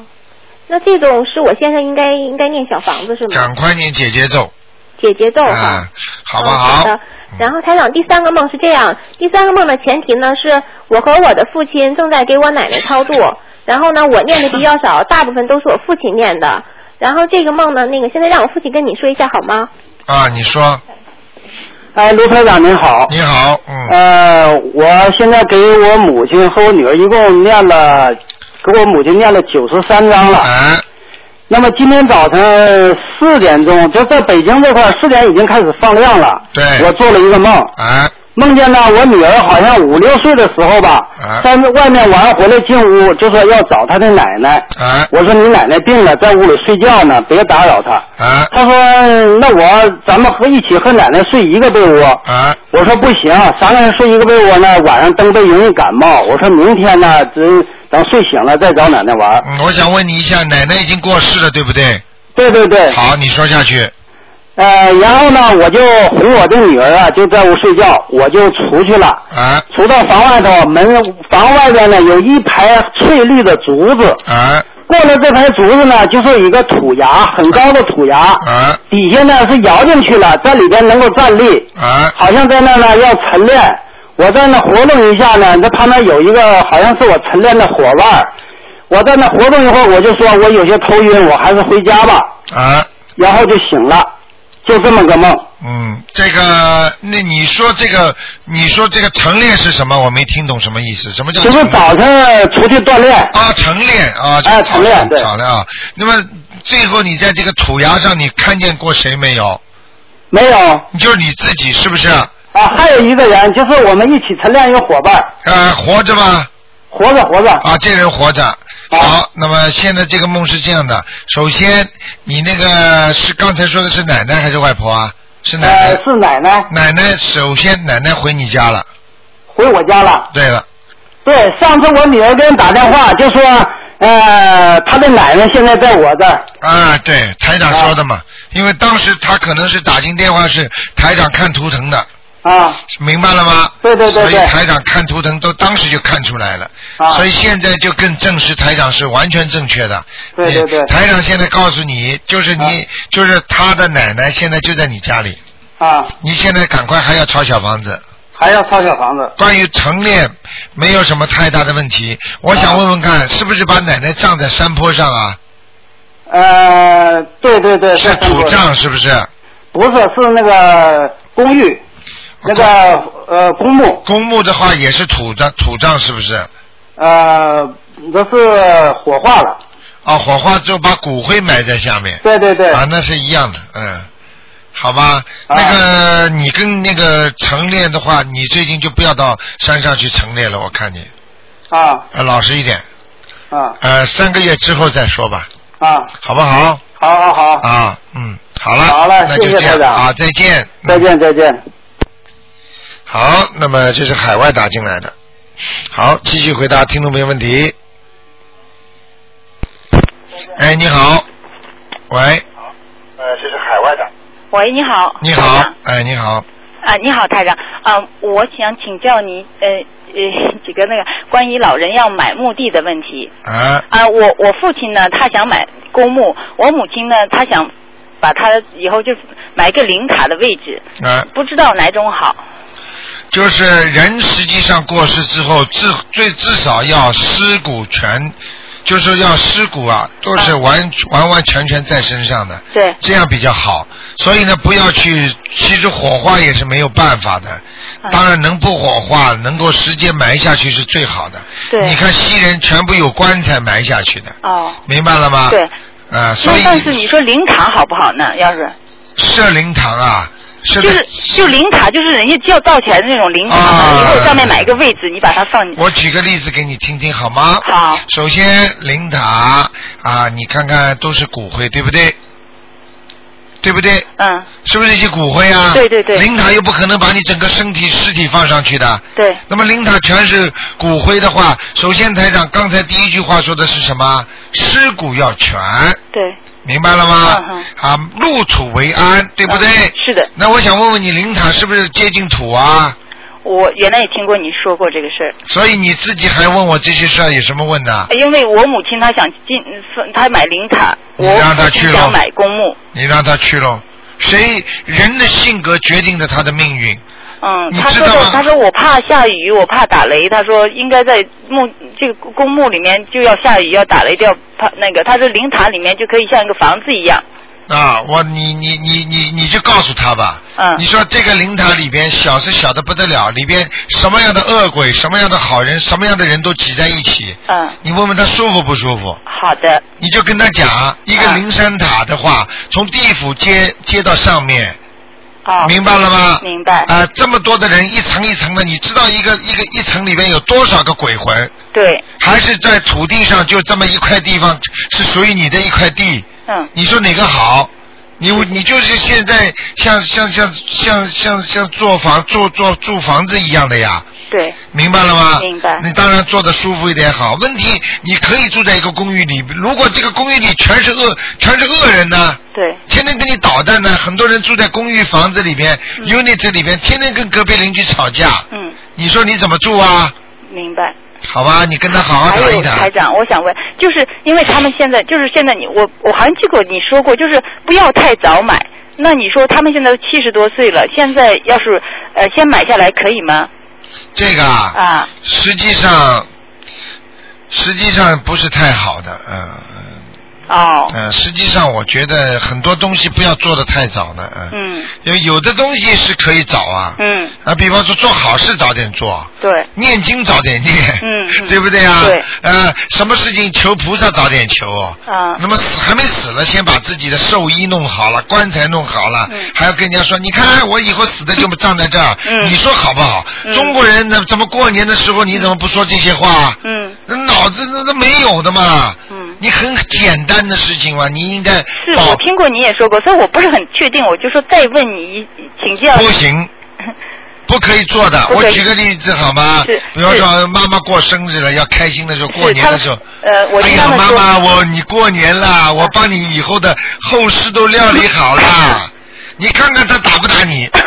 那这种是我先生应该应该念小房子是吗？
赶快念姐姐咒，
解节奏哈。
啊，好不
嗯
好？
的。然后台长，第三个梦是这样，第三个梦的前提呢是我和我的父亲正在给我奶奶超度，然后呢我念的比较少，大部分都是我父亲念的。然后这个梦呢，那个现在让我父亲跟你说一下好吗？
啊，你说，
哎，卢台长您好。
你好，嗯
呃，我现在给我母亲和我女儿一共念了，给我母亲念了九十三章了。
哎
那么今天早晨四点钟，就在北京这块四点已经开始放亮了。
对
我做了一个梦。
哎。
梦见呢，我女儿好像五六岁的时候吧，
啊哎
在外面玩回来进屋，就说要找她的奶奶。
哎
我说你奶奶病了，在屋里睡觉呢，别打扰她。
哎
她说那我咱们和一起和奶奶睡一个被窝。
哎
我说不行，三个人睡一个被窝呢，晚上蹬被容易感冒。我说明天呢，只等睡醒了再找奶奶玩。
嗯我想问你一下，奶奶已经过世了，对不对？
对对对。
好，你说下去。
呃，然后呢，我就哄我的女儿啊，就在屋睡觉，我就出去了。
啊。
出到房外头，门房外边呢有一排翠绿的竹子。
啊。
过了这排竹子呢，就是一个土崖，很高的土崖。
啊。
底下呢是摇进去了，在里边能够站立。
啊。
好像在那呢要晨练，我在那活动一下呢，那旁边有一个好像是我晨练的伙伴儿，我在那活动一会儿，我就说我有些头晕，我还是回家吧。
啊。
然后就醒了，就这么个梦。
嗯，这个，那你说这个，你说这个晨练是什么？我没听懂什么意思。什么叫
就是
晨
早晨出去锻炼。
啊，晨练啊，就早
哎晨练
上
对
早了啊。那么最后你在这个土崖上，你看见过谁没有？
没有。
就是你自己是不是？
啊，还有一个人，就是我们一起晨练一个伙伴儿。
呃，活着吗？
活着，活着。啊
啊，这人活着。好，那么现在这个梦是这样的：首先，你那个是刚才说的是奶奶还是外婆啊？是奶奶。
呃是奶奶。
奶奶，首先奶奶回你家了。
回我家了。
对了，
对，上次我女儿给人打电话，就说，呃，她的奶奶现在在我这儿。
啊，对，台长说的
啊
嘛，因为当时他可能是打进电话是台长看图腾的。
啊。
明白了吗？
对对对
所
对
以台长看图腾都当时就看出来了，
啊
所以现在就更证实台长是完全正确的。
对对啊对
你台长现在告诉你，就是你、就是他的奶奶现在就在你家里，
啊，
你现在赶快还要抄小房子。
还要烧小房子。
关于晨练没有什么太大的问题，我
啊
想问问看，是不是把奶奶葬在山坡上啊？
呃，对对对，是
土葬是不是？
不是，是那个公寓，那个呃公墓。
公墓的话也是土葬，土葬是不是？
呃，这是火化了。
啊，火化之后把骨灰埋在下面。
对对啊对。
啊，那是一样的，嗯，好吧。那个你跟那个晨练的话，你最近就不要到山上去晨练了，我看你，
啊
呃，老实一点，
啊
呃，三个月之后再说吧，
啊！
好不好？
好好好。
啊，嗯，好了，
好了
那
谢
就
谢
这样
台长
啊，再见。
再见再见。
好，那么这是海外打进来的。好，继续回答听众朋友问题。哎，你好，喂，
呃，这是海外的。
喂，你好。
你好，哎，你好，
啊，你好，台长。啊，我想请教你，呃呃， (laughs) 几个那个关于老人要买墓地的问题。
啊，
啊，我我父亲呢，他想买公墓；我母亲呢，他想把他以后就买一个灵塔的位置，
啊，
不知道哪种好。
就是人实际上过世之后，至最至少要尸骨全，就是要尸骨啊，都是完完完全全在身上的，
对，
这样比较好。所以呢，不要去，其实火化也是没有办法的。
嗯
当然，能不火化，能够直接埋下去是最好的。
对
你看西人全部有棺材埋下去的，
哦，
明白了吗？
对。
啊、所
那
以
但是你说灵塔好不好呢？要是
设灵堂啊，
就
设在
是就灵塔，就是人家叫造起来的那种灵塔，
啊
以后上面买一个位置，你把它放进去。
我举个例子给你听听好吗？
嗯好。
首先，灵塔啊，你看看都是骨灰，对不对？对不对？
嗯。
是不是一些骨灰啊？
对对对
灵塔又不可能把你整个身体尸体放上去的。
对。
那么灵塔全是骨灰的话，首先台长刚才第一句话说的是什么？尸骨要全。
对。嗯
明白了吗？啊，入土为安，对不对？
是的。
那我想问问你，灵塔是不是接近土啊？
我原来也听过你说过这个事儿，
所以你自己还问我这些事儿有什么问的？
因为我母亲她想进，她买灵塔，
你
我
让她
母
去
亲
咯
想买公墓，
你让他去喽。谁人的性格决定着他的命运。
嗯，
你
她
知
说
道
的
吗，
她说我怕下雨，我怕打雷，她说应该在墓这个公墓里面就要下雨，要打雷，就要怕那个，她说灵塔里面就可以像一个房子一样，
啊，我你你你你你就告诉他吧。
嗯
你说这个灵塔里边小是小的不得了，里边什么样的恶鬼、什么样的好人、什么样的人都挤在一起。
嗯。
你问问他舒服不舒服？
好的，嗯
你就跟他讲，一个灵山塔的话，从地府接接到上面。
哦，
明白了吗？
明白。
啊、这么多的人，一层一层的，你知道一个一个一层里面有多少个鬼魂？
对。
还是在土地上就这么一块地方是属于你的一块地？
嗯。
你说哪个好？你你就是现在像像像像像像做房做做住房子一样的呀，
对，
明白了吗？
明白
你当然做的舒服一点好。问题你可以住在一个公寓里，如果这个公寓里全是恶全是恶人呢？
对，
天天跟你捣蛋呢，很多人住在公寓房子里边、u n i t 里边，天天跟隔壁邻居吵架。
嗯，
你说你怎么住啊？
明白。
好吧，你跟他好好
还
谈
有
啊一
台
谈。
长，我想问，就是因为他们现在，就是现在你我我好像记过你说过，就是不要太早买。那你说他们现在都七十多岁了，现在要是呃先买下来可以吗？
这个啊，
啊，
实际上实际上不是太好的，嗯、
哦，
嗯、实际上我觉得很多东西不要做的太早了，嗯、
嗯
有有的东西是可以早啊，
嗯，
啊，比方说做好事早点做，
对，
念经早点念，
嗯，嗯
对不对啊？
对，
呃，什么事情求菩萨早点求哦。
啊
那么死还没死了，先把自己的寿衣弄好了，棺材弄好了，
嗯
还要跟人家说，你看我以后死的就葬在这儿，
嗯
你说好不好？中国人呢，怎么过年的时候你怎么不说这些话？
嗯，
那脑子那那没有的嘛。嗯，你很简单的事情嘛，你应该
是
保
我听过你也说过，所以我不是很确定，我就说再问你一请教。
不
(laughs)
行。不可以做的，
不
我
可以
举个例子好吗
是？
比方
是
说妈妈过生日了，要开心的时候，过
是
年
他
的
们
时候，
呃，我
哎
听
呀
他，们
妈
说，
妈，我你过年啦，我帮你以后的后事都料理好
(laughs)
啦。你看看他打不打你？ (laughs)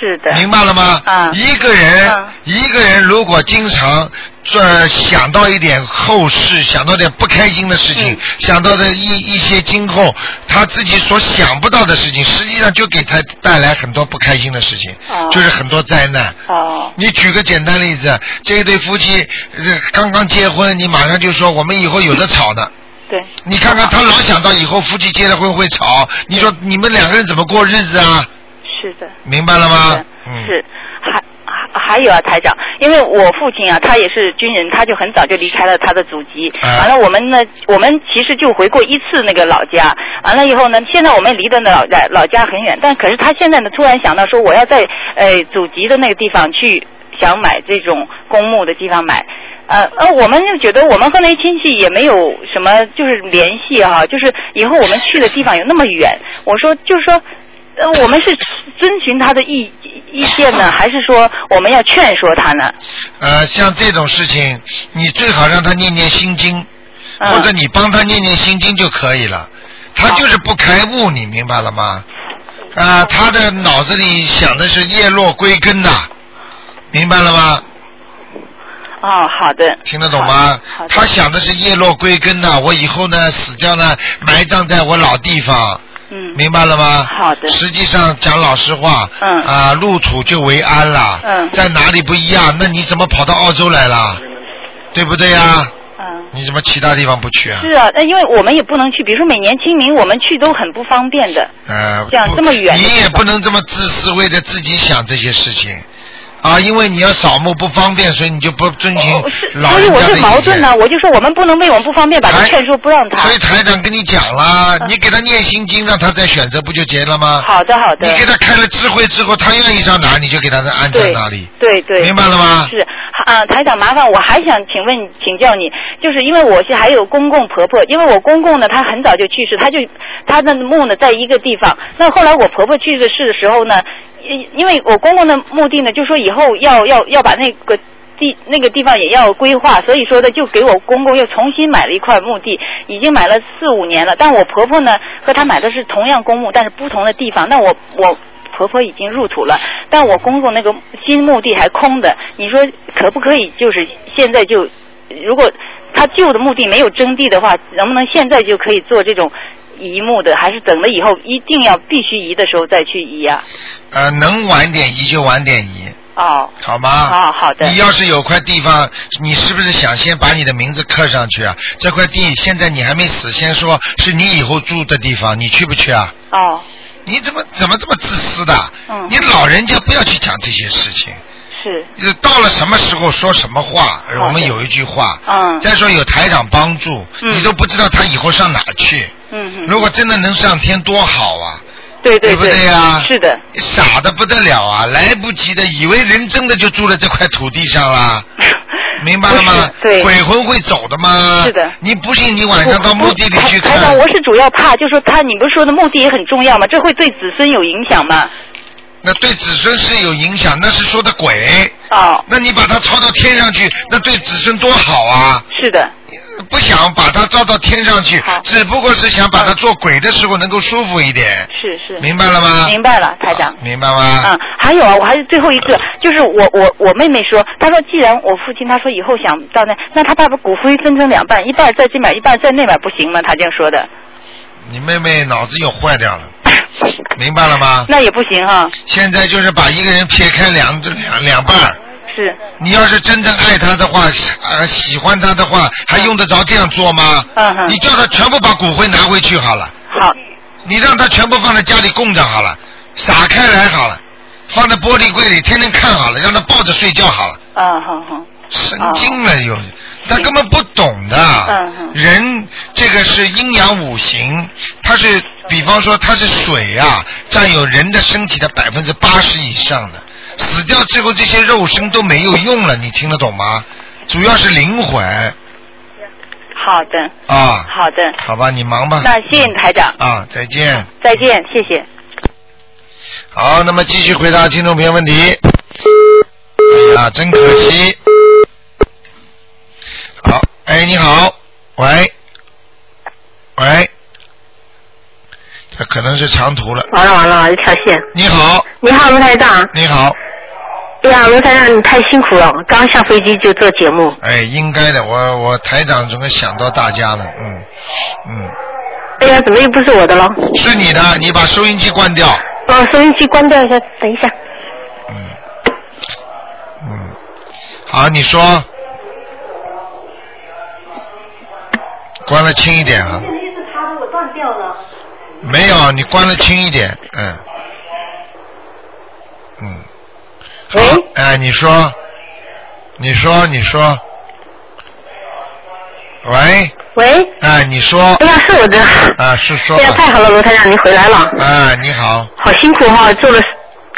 是的，
明白了吗？
啊
一个人，一个人如果经常这想到一点后事，想到点不开心的事
嗯
情，想到的一一些今后他自己所想不到的事情，实际上就给他带来很多不开心的事情，
哦
就是很多灾难。
哦，
你举个简单例子，这一对夫妻、呃刚刚结婚，你马上就说我们以后有的吵的。
对，
你看看他老想到以后夫妻结了婚会吵，你说你们两个人怎么过日子啊？
是的。
明白了吗？嗯
是，还还还有啊，台长，因为我父亲啊，他也是军人，他就很早就离开了他的祖籍。
啊
完了，我们呢，我们其实就回过一次那个老家。完了以后呢，现在我们离的那老家老家很远，但可是他现在呢，突然想到说，我要在呃祖籍的那个地方去想买这种公墓的地方买。呃呃，我们就觉得我们和那些亲戚也没有什么就是联系哈、就是以后我们去的地方有那么远，我说就是说，呃，我们是遵循他的意意见呢，还是说我们要劝说他呢？
呃，像这种事情，你最好让他念念心经，
嗯
或者你帮他念念心经就可以了。他就是不开悟，你明白了吗？啊，他的脑子里想的是叶落归根呐、明白了吗？
哦，好的。
听得懂吗？他想的是叶落归根呐、我以后呢死掉呢，埋葬在我老地方。
嗯。
明白了吗？
好的。
实际上讲老实话，
嗯
啊，入土就为安了。
嗯
在哪里不一样？那你怎么跑到澳洲来了？对不对呀、
嗯。
你怎么其他地方不去啊？
是啊，那因为我们也不能去，比如说每年清明我们去都很不方便的。
呃，
这样
不
这么远的
你
地
也
方
不能这么自私，为了自己想这些事情啊，因为你要扫墓不方便，所以你就不遵循老
哦所以
人
我
家的
就
意
矛盾
见。哎
呢，我就说我们不能为我们不方便把他劝说不让他嗯
所。以台长跟你讲啦，你给他念心经，让他再选择不就结了吗？
好的好的
你给他开了智慧之后，他愿意上哪，你就给他安在哪里。
对对，
明白了吗
是啊，台长，麻烦我还想请问请教你，就是因为我是还有公公婆婆，因为我公公呢他很早就去世，他就他的墓呢在一个地方，那后来我婆婆去世的时候呢，因因为我公公的墓地呢，就说以后要要要把那个。地那个地方也要规划，所以说呢，就给我公公又重新买了一块墓地，已经买了四五年了。但我婆婆呢和她买的是同样公墓，但是不同的地方。那我我婆婆已经入土了，但我公公那个新墓地还空的，你说可不可以？就是现在就，如果他旧的墓地没有征地的话，能不能现在就可以做这种移墓的？还是等了以后一定要必须移的时候再去移啊？
呃，能晚点移就晚点移，
哦，
好吗？
哦好的
你要是有块地方，你是不是想先把你的名字刻上去啊？这块地现在你还没死，先说是你以后住的地方，你去不去啊？
哦，
你怎么怎么这么自私的？
嗯
你老人家不要去讲这些事情。
是，
呃到了什么时候说什么话，我们有一句话。
嗯
再说有台长帮助，
嗯
你都不知道他以后上哪去。
嗯
如果真的能上天多好啊！
对
对
对
不对呀
是的，
傻的不得了啊，来不及的，以为人真的就住在这块土地上
(laughs)
啦，明白了吗？
对
鬼魂会走的吗？
是的
你不信，你晚上到墓地里去
台台长，
看。
我是主要怕，就说他，你不是说的墓地也很重要吗？这会对子孙有影响吗？
那对子孙是有影响，那是说的鬼。
哦，
那你把它抄到天上去，那对子孙多好啊！
是的，
不想把它招到天上去，只不过是想把它做鬼的时候能够舒服一点，
是是，
明白了吗啊
明白了，台长。
明白吗？呃
啊，还有啊，我还是最后一个，就是我我我妹妹说，她说既然我父亲他说以后想到那，那他把骨灰分成两半，一半在这边，一半在那边，不行吗？她这样说的，
你妹妹脑子又坏
(laughs)
掉了，明白了吗？
那也不行哈、
现在就是把一个人撇开两两两半儿，
是
你要是真正爱他的话，呃，喜欢他的话，还用得着这样做吗？
嗯哼
你叫他全部把骨灰拿回去好了，
好，
你让他全部放在家里供着好了，撒开来好了，放在玻璃柜里天天看好了，让他抱着睡觉好了。
啊，好好，啊
神经了又，他根本不懂的
嗯嗯。
人这个是阴阳五行，它是比方说它是水啊，占有人的身体的百分之八十以上的。死掉之后，这些肉身都没有用了，你听得懂吗？主要是灵魂
好的，
啊，
好的，
好吧，你忙吧。
那谢谢你台长，
啊，再见。
再见，谢谢。
好，那么继续回答听众朋友问题。哎呀，真可惜。好，哎，你好，喂，喂，这可能是长途了。
完了完了，完了一条线。
你好，
你好，卢台长。
你好，
哎呀，卢台长，你太辛苦了，刚下飞机就做节目。
哎，应该的，我我台长总该想到大家了，嗯嗯，
哎呀，怎么又不是我的了？
是你的，你把收音机关掉，
哦，收音机关掉一下，等一下。
好，你说，关了轻一点啊，
是他给我断掉了。
没有，你关了轻一点，嗯。嗯，好，哎，你说，你说，你说，喂，
喂，
哎，你说，
哎呀，是我的。
啊，是说
哎呀，
吧，
太好了，卢台长，你回来了，
啊，你好，
好辛苦哈、坐了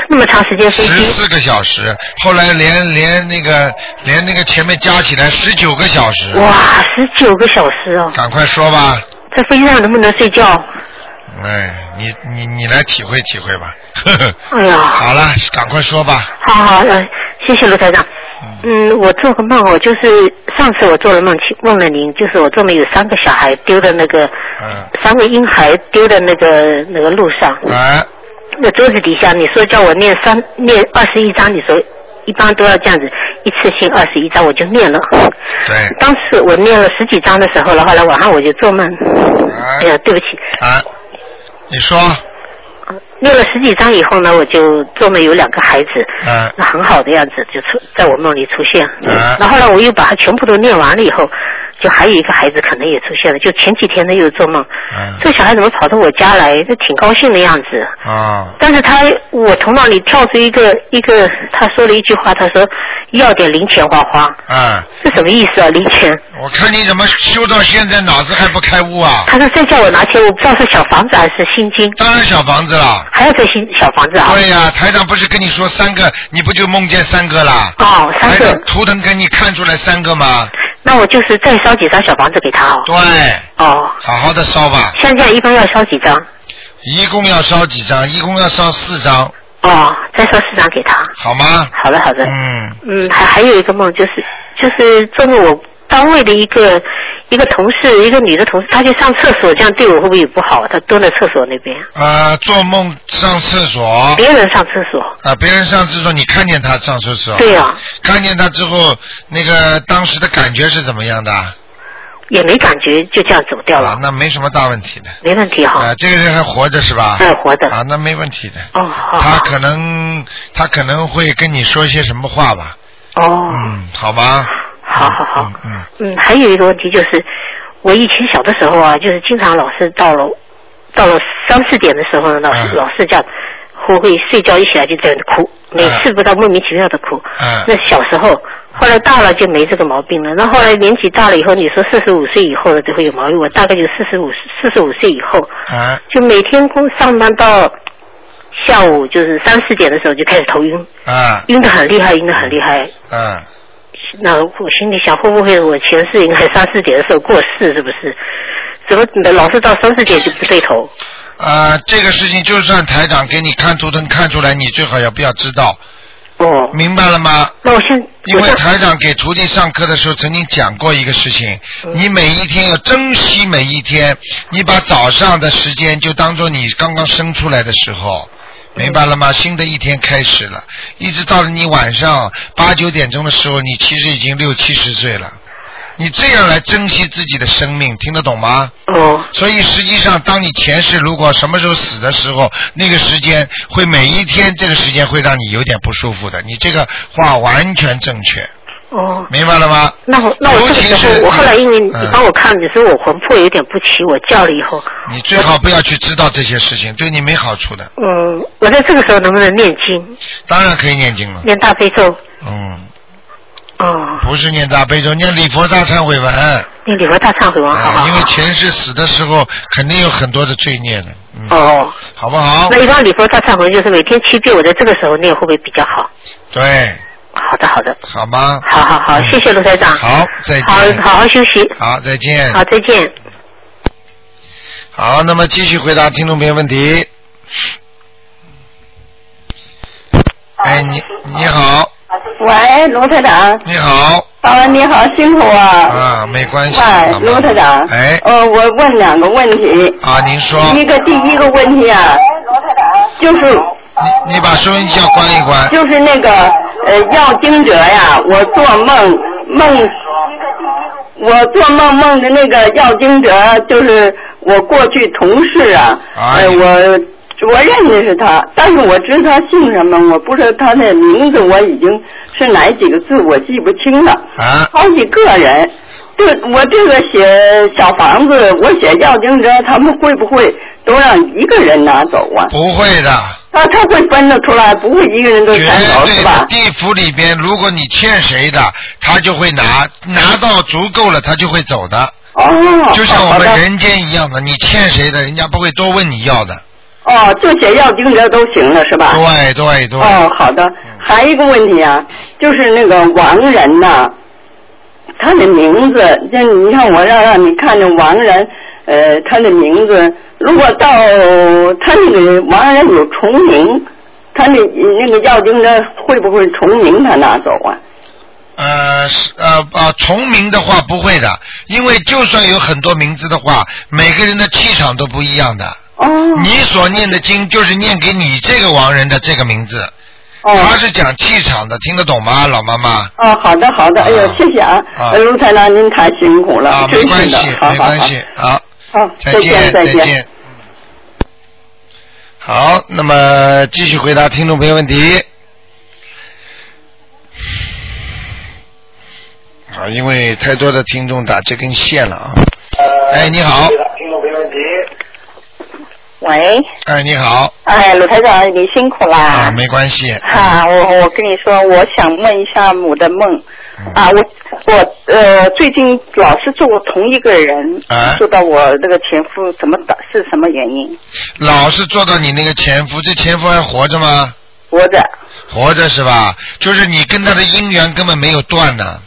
那么长时间飞
十
机。
四个小时，后来连连那个连那个前面加起来十九个小时，啊
哇，十九个小时哦，
赶快说吧，
在飞机上能不能睡觉？
哎，你你你来体会体会吧，呵呵，
(laughs) 哎呀，
好了，赶快说吧，
嗯好好，呃谢谢卢台长。嗯，我做个梦，我就是上次我做了梦，请问了您，就是我做梦有三个小孩丢在那个，三个婴孩丢在那个那个路上，
啊，
那桌子底下，你说叫我念三念二十一章，你说一般都要这样子，一次性二十一章，我就念了。
哎
对，
(laughs) 当时我念了十几章的时候了，后来晚上我就做梦，哎呀，对不起，
啊，你说，
念了十几章以后呢，我就做梦有两个孩子，
啊
那很好的样子就出在我梦里出现，
啊
然后呢，我又把它全部都念完了以后，就还有一个孩子可能也出现了，就前几天呢又做梦，
啊
这小孩怎么跑到我家来，这挺高兴的样子，
啊，
但是他我头脑里跳出一个一个，他说了一句话，他说要点零钱花花，
啊，
是什么意思啊？零钱？
我看你怎么修到现在脑子还不开悟啊？
他说再叫我拿钱，我不知道是小房子还是心经，
当然小房子了。
还要再新小房子啊？
对呀、台长不是跟你说三个，你不就梦见三个啦？
哦，
三个。图腾给你看出来三个吗？
那我就是再烧几张小房子给他哦。
对。
哦。
好好的烧吧。
像这样一般要烧几张？
一共要烧几张？一共要烧四张，
哦，再烧四张给他。
好吗？
好的，好的。
嗯。
嗯，还还有一个梦，就是就是做梦我单位的一个一个同事，一个女的同事，她去上厕所，这样对我会不会也不好？啊她蹲在厕所那边，
呃，做梦上厕所。
别人上厕所。
啊，别人上厕所，你看见他上厕所。
对呀
看见他之后，那个当时的感觉是怎么样的？啊
也没感觉，就这样走掉了。
啊，那没什么大问题的。
没问题哈。
啊，这个人还活着是吧？
还活着。
啊，那没问题的。
哦，好。
他可能他可能会跟你说些什么话吧？
哦。
嗯，好吧。
好好好。
嗯
嗯，还有一个问题就是，我以前小的时候啊，就是经常老是到了到了三四点的时候呢，老
嗯
是、老是这样，会会睡觉一起来就在那哭，每次不到莫名其妙的哭。
嗯
那小时候，后来大了就没这个毛病了。那后来年纪大了以后，你说四十五岁以后了就会有毛病，我大概就四十五四十五岁以后，
啊
就每天工上班到下午就是三四点的时候就开始头晕，
啊
晕得很厉害，晕得很厉害。
啊
那我心里想，会不会我前世应该三四点的时候过世，是不是？怎么老是到三四点就不对头？
啊！这个事情就算台长给你看图腾看出来，你最好也不要知道。
哦。
明白了吗？
那我现
因为台长给徒弟上课的时候曾经讲过一个事情，
嗯
你每一天要珍惜每一天，你把早上的时间就当做你刚刚生出来的时候。
嗯
明白了吗？新的一天开始了，一直到了你晚上八九点钟的时候，你其实已经六七十岁了。你这样来珍惜自己的生命，听得懂吗？
哦。
所以实际上，当你前世如果什么时候死的时候，那个时间会每一天这个时间会让你有点不舒服的。你这个话完全正确，
哦，
明白了吗？
那我那我这个时
尤其
候，
是
我后来因为你
嗯
帮我看，你说我魂魄有点不齐，我叫了以后，
你最好不要去知道这些事情，对你没好处的。
嗯，我在这个时候能不能念经，
当然可以念经了，
念大悲咒？
嗯，
哦，
不是念大悲咒，念礼佛大忏悔文。
念礼佛大忏悔文，好
啊，
好
因为前世死的时候肯定有很多的罪孽的，嗯，
哦，
好不好
那？一般礼佛大忏悔文就是每天七遍，我在这个时候念会不会比较好？
对，
好的，好的，
好吗？
好好好，谢谢卢台
啊
长，
嗯好，再
好
见。哎
好好休息，
好，再见。
好，再见。
好，那么继续回答听众朋友问题。哎，你你好，
喂，卢台长。
你好，
啊，你好，辛苦啊。
啊，没关系，
喂，卢台长。
哎
呃，我问两个问题。
啊，您说，
一个第一个问题啊，就是
你把收音机要关一关，
就是那个呃要经者呀，我做梦梦，我做梦梦的那个要经者，就是我过去同事啊，
哎
呃我。我认识他，但是我知他姓什么，我不知道他的名字，我已经是哪几个字，我记不清了。
啊，
好几个人，这我这个写小房子，我写要经者，他们会不会都让一个人拿走啊？
不会的，
他他会分得出来，不会一个人都
绝
全走
对
是
的
吧？
地府里边，如果你欠谁的，他就会拿，拿到足够了，他就会走的。
哦
就像我
好
们
的
人间一样的，你欠谁的，人家不会多问你要的。
哦，就写要经者都行了是吧？
对对对。
哦，好的。还一个问题啊，就是那个王仁呐、他的名字，这你看我让让你看着王仁，呃，他的名字，如果到他那个王仁有重名，他那那个要经者会不会重名他拿走啊？
呃，是呃呃，重名的话不会的，因为就算有很多名字的话，每个人的气场都不一样的。
哦。
你所念的经就是念给你这个亡人的这个名字。
哦。
他是讲气场的，听得懂吗，老妈妈？
哦，好的好的，哎呦，谢谢啊，
啊
呃卢台长您太辛苦了，
啊，没
真
关
是的
系，，
好
没
好
关
好，
系，好。
好，
再
再
见，
见再见。
见。好，那么继续回答听众朋友问题。啊，因为太多的听众打这根线了啊。哎，你好，
听众没问题。
喂，
哎，你好，
哎，鲁台长，你辛苦啦！
啊，没关系，
哈、我我跟你说，我想问一下母的梦，
嗯
啊，我我呃最近老是做同一个人，
啊
做到我那个前夫怎么打是什么原因？
老是做到你那个前夫，这前夫还活着吗？
活着。
活着是吧？就是你跟他的姻缘根本没有断呢。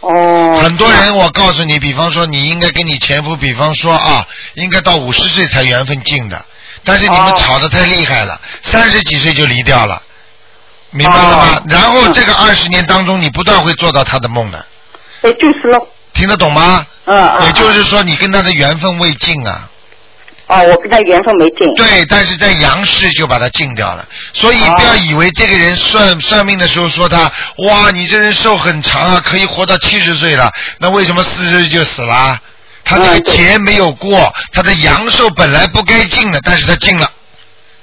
哦。
很多人，我告诉你，比方说你应该跟你前夫，比方说啊，应该到五十岁才缘分尽的，但是你
哦
们吵得太厉害了，三十几岁就离掉了，明白了
哦
吗？然后这个二十年当中，你不断会做到他的梦的。
哎，就是喽。
听得懂吗？
嗯嗯。
也就是说，你跟他的缘分未尽啊。
哦，我跟他缘分没尽。
对，但是在阳世就把它禁掉了，所以
哦
不要以为这个人算算命的时候说他，哇，你这人寿很长啊，可以活到七十岁了，那为什么四十就死了？啊他
嗯
这个劫没有过，他的阳寿本来不该进的，但是他进了，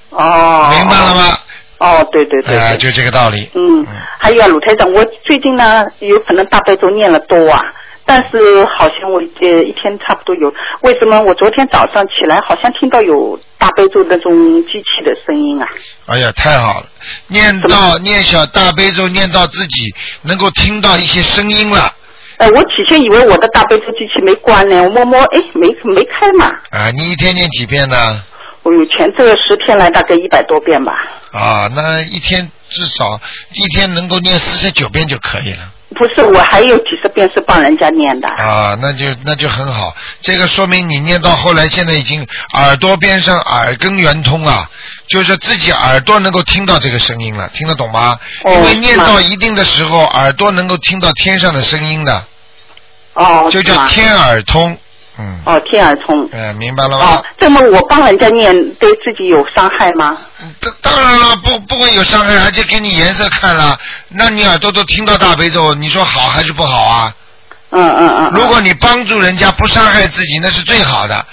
哦。
明白了吗？
哦，对对对。
哎、就这个道理。
嗯，还有啊，鲁台长，我最近呢，有可能大悲咒念了多啊，但是好像我呃一天差不多有，为什么我昨天早上起来好像听到有大悲咒那种机器的声音啊？
哎呀，太好了！念到念小大悲咒，念到自己能够听到一些声音了
呃，我起先以为我的大悲咒机器没关呢，我摸摸，哎，没没开嘛。
啊！你一天念几遍呢？
我有前这十天来大概一百多遍吧，
啊，那一天至少一天能够念四十九遍就可以了。
不是，我还有几十遍是帮人家念的。
啊，那就那就很好，这个说明你念到后来，现在已经耳朵边上耳根圆通了，就是自己耳朵能够听到这个声音了，听得懂吗？
哦
因为念
是吗
到一定的时候，耳朵能够听到天上的声音的，
哦，
就是叫
吗
天耳通。嗯。
哦，天耳通。
哎，明白了吗
哦？，这么我帮人家念对自己有伤害吗？
当然了，不不会有伤害，而且给你颜色看了，那你耳朵都听到大悲咒，你说好还是不好啊？
嗯嗯嗯。
如果你帮助人家不伤害自己，那是最好的。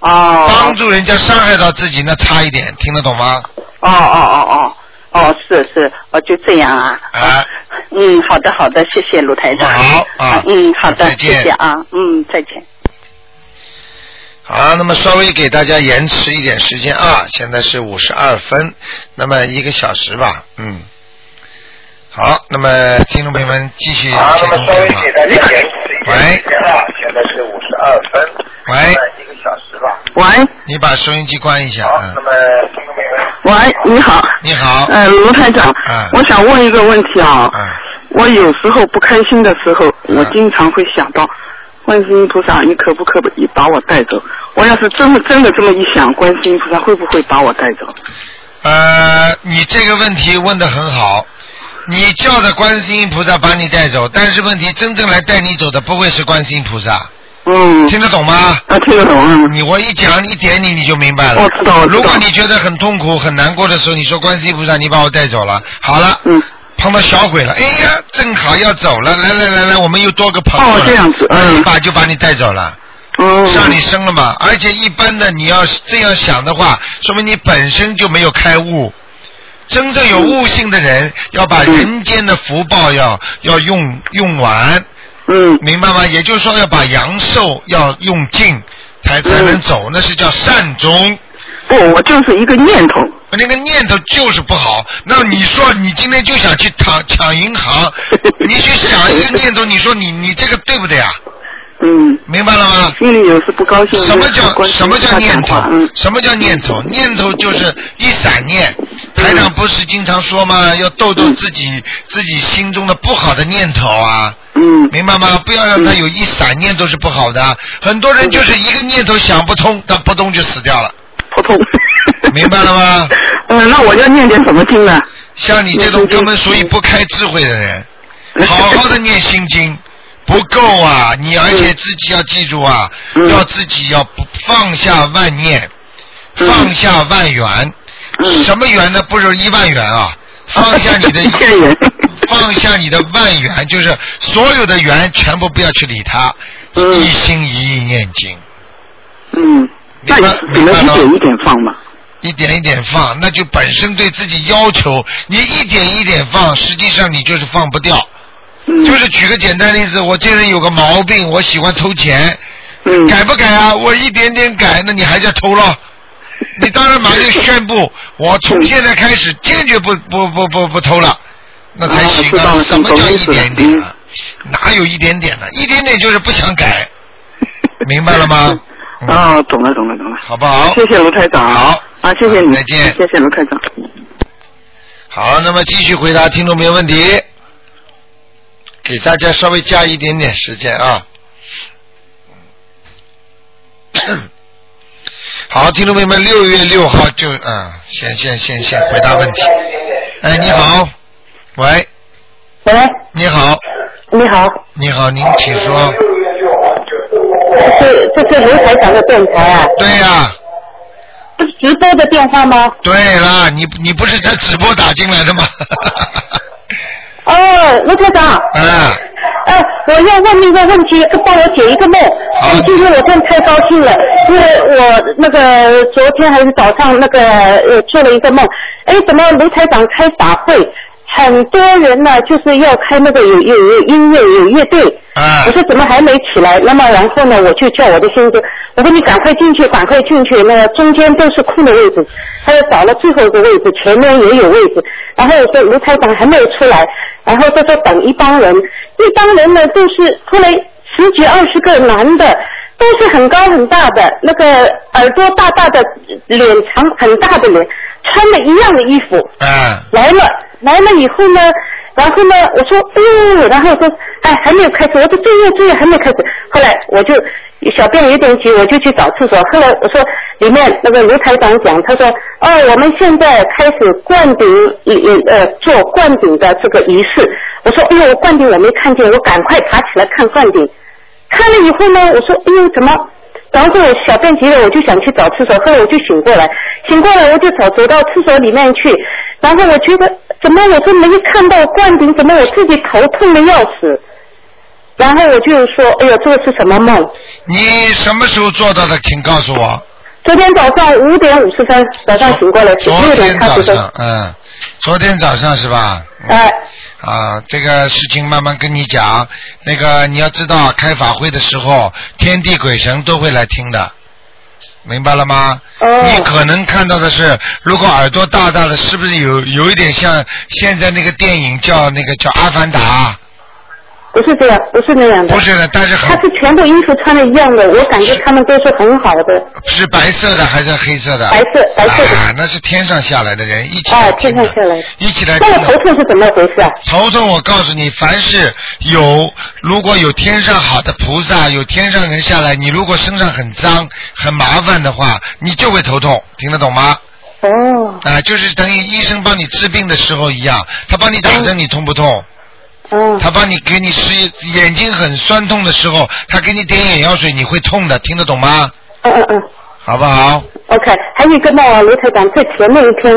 哦。
帮助人家伤害到自己，那差一点，听得懂吗？
哦哦哦哦，哦是是，哦就这样啊。
啊。
嗯，好的好的，谢谢卢台长。好
啊
嗯，好的
再，
谢
见
谢啊，嗯，再见。
好，那么稍微给大家延迟一点时间啊，现在是五十二分，那么一个小时吧，嗯。好，那么听众朋友们继续接通电话。喂，
现在是五十二分，
喂，
一个小时吧。
喂，你把收音机关一下啊。
那么听众朋友们，
喂，你好。
你好。嗯
呃，卢台长，
啊
我想问一个问题啊。我有时候不开心的时候，
嗯
我经常会想到，观世音菩萨，你可不可以把我带走？我要是真的真的这么一想，观世音菩萨会不会把我带走？
呃，你这个问题问的很好，你叫着观世音菩萨把你带走，但是问题真正来带你走的不会是观世音菩萨。
嗯。
听得懂吗？
啊，听得懂。嗯啊
你我一讲一点你，你就明白了。
我知道我知道
如果你觉得很痛苦、很难过的时候，你说观世音菩萨，你把我带走了，好了。
嗯。
碰到小鬼了，哎呀，正好要走了，来来来来，我们又多个朋友了。
哦这样子
嗯。一把就把你带走了。
嗯。
上你身了嘛？而且一般的，你要是这样想的话，说明你本身就没有开悟。真正有悟性的人，要把人间的福报要要用用完。
嗯。
明白吗？也就是说，要把阳寿要用尽，才才能走，那是叫善终。
不，我就是一个念头。
那个念头就是不好。那你说你今天就想去抢抢银
(laughs)
行，你去想一个念头，你说你你这个对不对啊？
嗯。
明白了吗？
心里有时不高兴。
什么叫
观世
什
音菩
么
萨
叫念
讲
头
话嗯。？
什么叫念头？念头就是一闪念。台长不是经常说吗？要斗斗自己自己心中的不好的念头啊。
嗯。
明白吗？不要让他有一闪念都是不好的。啊很多人就是一个念头想不通，他扑通就死掉了。
扑通。
明白了
(laughs)
吗？
嗯，那我要念点什么经呢？
像你这种根本属于不开智慧的人，好好的念心经。不够啊！你而且自己要记住啊，
嗯
要自己要不放下万念，
嗯
放下万元。什么元呢？不是一万元啊，放下你的
(laughs)
(laughs) 放下你的万元，就是所有的元全部不要去理它，
嗯
一心一意念经。
嗯，那
明白
只能
明白
一
了
点一点放嘛。
一点一点放，那就本身对自己要求，你一点一点放，实际上你就是放不掉。
嗯
就是举个简单例子，我这人有个毛病，我喜欢偷钱，
嗯
改不改啊？我一点点改，那你还在偷了。 (laughs) 你当然马上就
(laughs)
宣布，我从现在开始坚决不不不不不偷了，那才行
啊
啊！
我知道
什么叫一点
懂
点啊？ (laughs) 哪有一点点呢？一点点就是不想改，明白了吗？
(laughs) 啊，懂了，懂了，懂了。
好不好？
谢谢卢台长。
好。
啊，谢谢你。
再见
谢谢卢台长。
好，那么继续回答听众朋友问题，给大家稍微加一点点时间啊。 (coughs) 好，听众朋友们，六月六号就啊，先先先先回答问题。哎，你好，喂，
喂，
你好，
你好，
你好，您请说。
这是这是卢台长的电台啊？
对呀、
这是直播的电话吗？
对啦，你你不是在直播打进来的吗？ (laughs)
哦，卢台长，
啊，
呃，我要问一个问题，帮我解一个梦。好。就是我真的太高兴了，因为我那个昨天还是早上那个呃做了一个梦，哎，怎么卢台长开法会，很多人呢就是要开那个有有有音乐有乐队，
啊，
我说怎么还没起来？那么然后呢，我就叫我的先生，我说你赶快进去，赶快进去，那个中间都是空的位置，他又找了最后一个位置，前面也有位置，然后我说卢台长还没有出来，然后他说等一帮人，一帮人呢都是后来十几二十个男的。都是很高很大的，那个耳朵大大的，脸长很大的脸，穿的一样的衣服，
啊，
来了，来了以后呢，然后呢，我说，哎呦，然后说，哎，还没有开始，我说对呀对呀，还没有开始。后来我就小便有点急，我就去找厕所。后来我说，里面那个卢台长讲，他说，哦，我们现在开始灌顶，呃，做灌顶的这个仪式。我说，哎呦，灌顶我没看见，我赶快爬起来看灌顶。看了以后呢，我说，哎呦，怎么？然后我小便急了，我就想去找厕所，后来我就醒过来，醒过来我就走走到厕所里面去，然后我觉得怎么我都没看到灌顶，怎么我自己头痛的要死，然后我就说，哎呀，这个是什么梦？
你什么时候做到的？请告诉我。
昨天早上五点五十分，早上醒过来，
昨
六点
天
开
早
始
上，嗯，昨天早上是吧？
哎、
啊，这个事情慢慢跟你讲。那个你要知道，开法会的时候，天地鬼神都会来听的，明白了吗？你可能看到的是，如果耳朵大大的，是不是有有一点像现在那个电影叫那个叫《阿凡达》？
不是这样，不是那样的。
不是的，但是
他是全部衣服穿的一样的，我感觉他们都是很好的。
(laughs) 是白色的还是黑色的？
白色白色的
啊，那是天上下来的人一起
哎
来，
天上下来的。
一起来
那
听
个
的
头痛是怎么回事啊？
头痛，我告诉你，凡是有如果有天上好的菩萨，有天上人下来，你如果身上很脏、很麻烦的话，你就会头痛，听得懂吗？
哦。
啊、就是等于医生帮你治病的时候一样，他帮你打针，你痛不痛？
嗯。
他帮你给你吃眼睛很酸痛的时候，他给你点眼药水，你会痛的，听得懂吗？
嗯嗯嗯。
好不好？
OK，还有一个梦啊，卢台长，在前面一天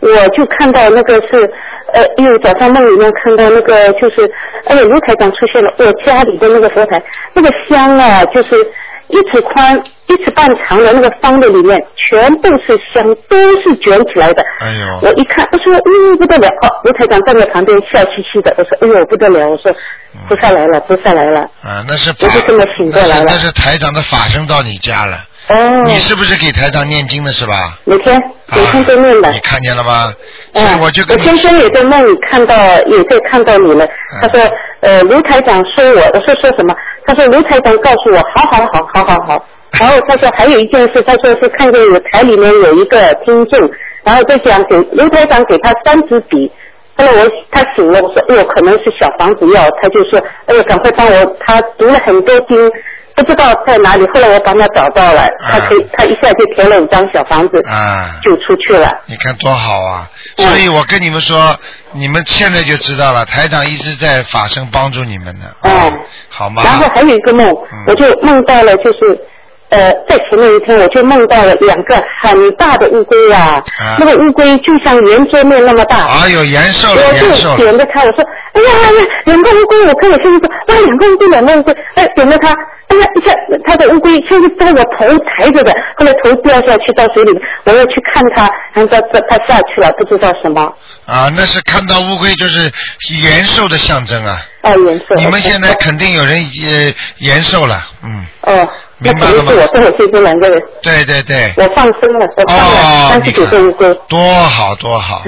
我就看到那个是，呃，因为早上梦里面看到那个就是，哎呀，卢台长出现了，我家里的那个佛台，那个香啊，就是一尺宽、一尺半长的那个方的里面，全部是香，都是卷起来的。
哎呦
我一看，我说，嗯，不得了，哦，卢台长站在旁边笑嘻嘻的，我说，哎呦，不得了，我说，菩萨来了，菩萨来了，
啊，那是法
我就这么醒过来了
那是那是台长的法身到你家了。
哦。
你是不是给台长念经的是吧？啊
每天每天都念的。
你看见了吗？所以
嗯，
我就跟你嗯
先生也在梦里看到，也在看到你了。他说，呃，卢台长说我，我说说什么？他说卢台长告诉我，好好好，好好
(laughs)
好。然后他说还有一件事，他说是看见有台里面有一个听众，然后就讲给卢台长给他三支笔。后来我他醒了，我说哎呦，可能是小房子要，他就说哎呦，赶快帮我，他读了很多经，
不知道在哪里，后来我帮他找到了，他可以他一下就填了五张小房子，
啊，
就出去了。
你看多好啊！
嗯
所以我跟你们说，你们现在就知道了，台长一直在法身帮助你们呢，
嗯
啊，好吗？
然后还有一个梦，
嗯
我就梦到了，就是呃，在前面一天我就梦到了两个很大的乌龟啊，
啊
那个乌龟就像圆桌面那么大。
哎呦，延寿了，
我
延寿
就点
了，
着它，我说，哎呀哎呀，两个乌龟，我跟我先生说，哇，两个乌龟，两个乌龟，哎，点着它，哎呀，一下，它的乌龟像是在我头抬着的，后来头掉下去到水里面，我要去看它，然后它它它下去了，不知道什么，
啊，那是看到乌龟就是延寿的象征啊。
哦，颜色。
你们现在肯定有人呃延寿了，嗯，
哦，
明白了吗
那肯定是我跟我先生两个人，
对对对，
我放生了，我放了三十九个乌龟，
哦多好多
(laughs)
好，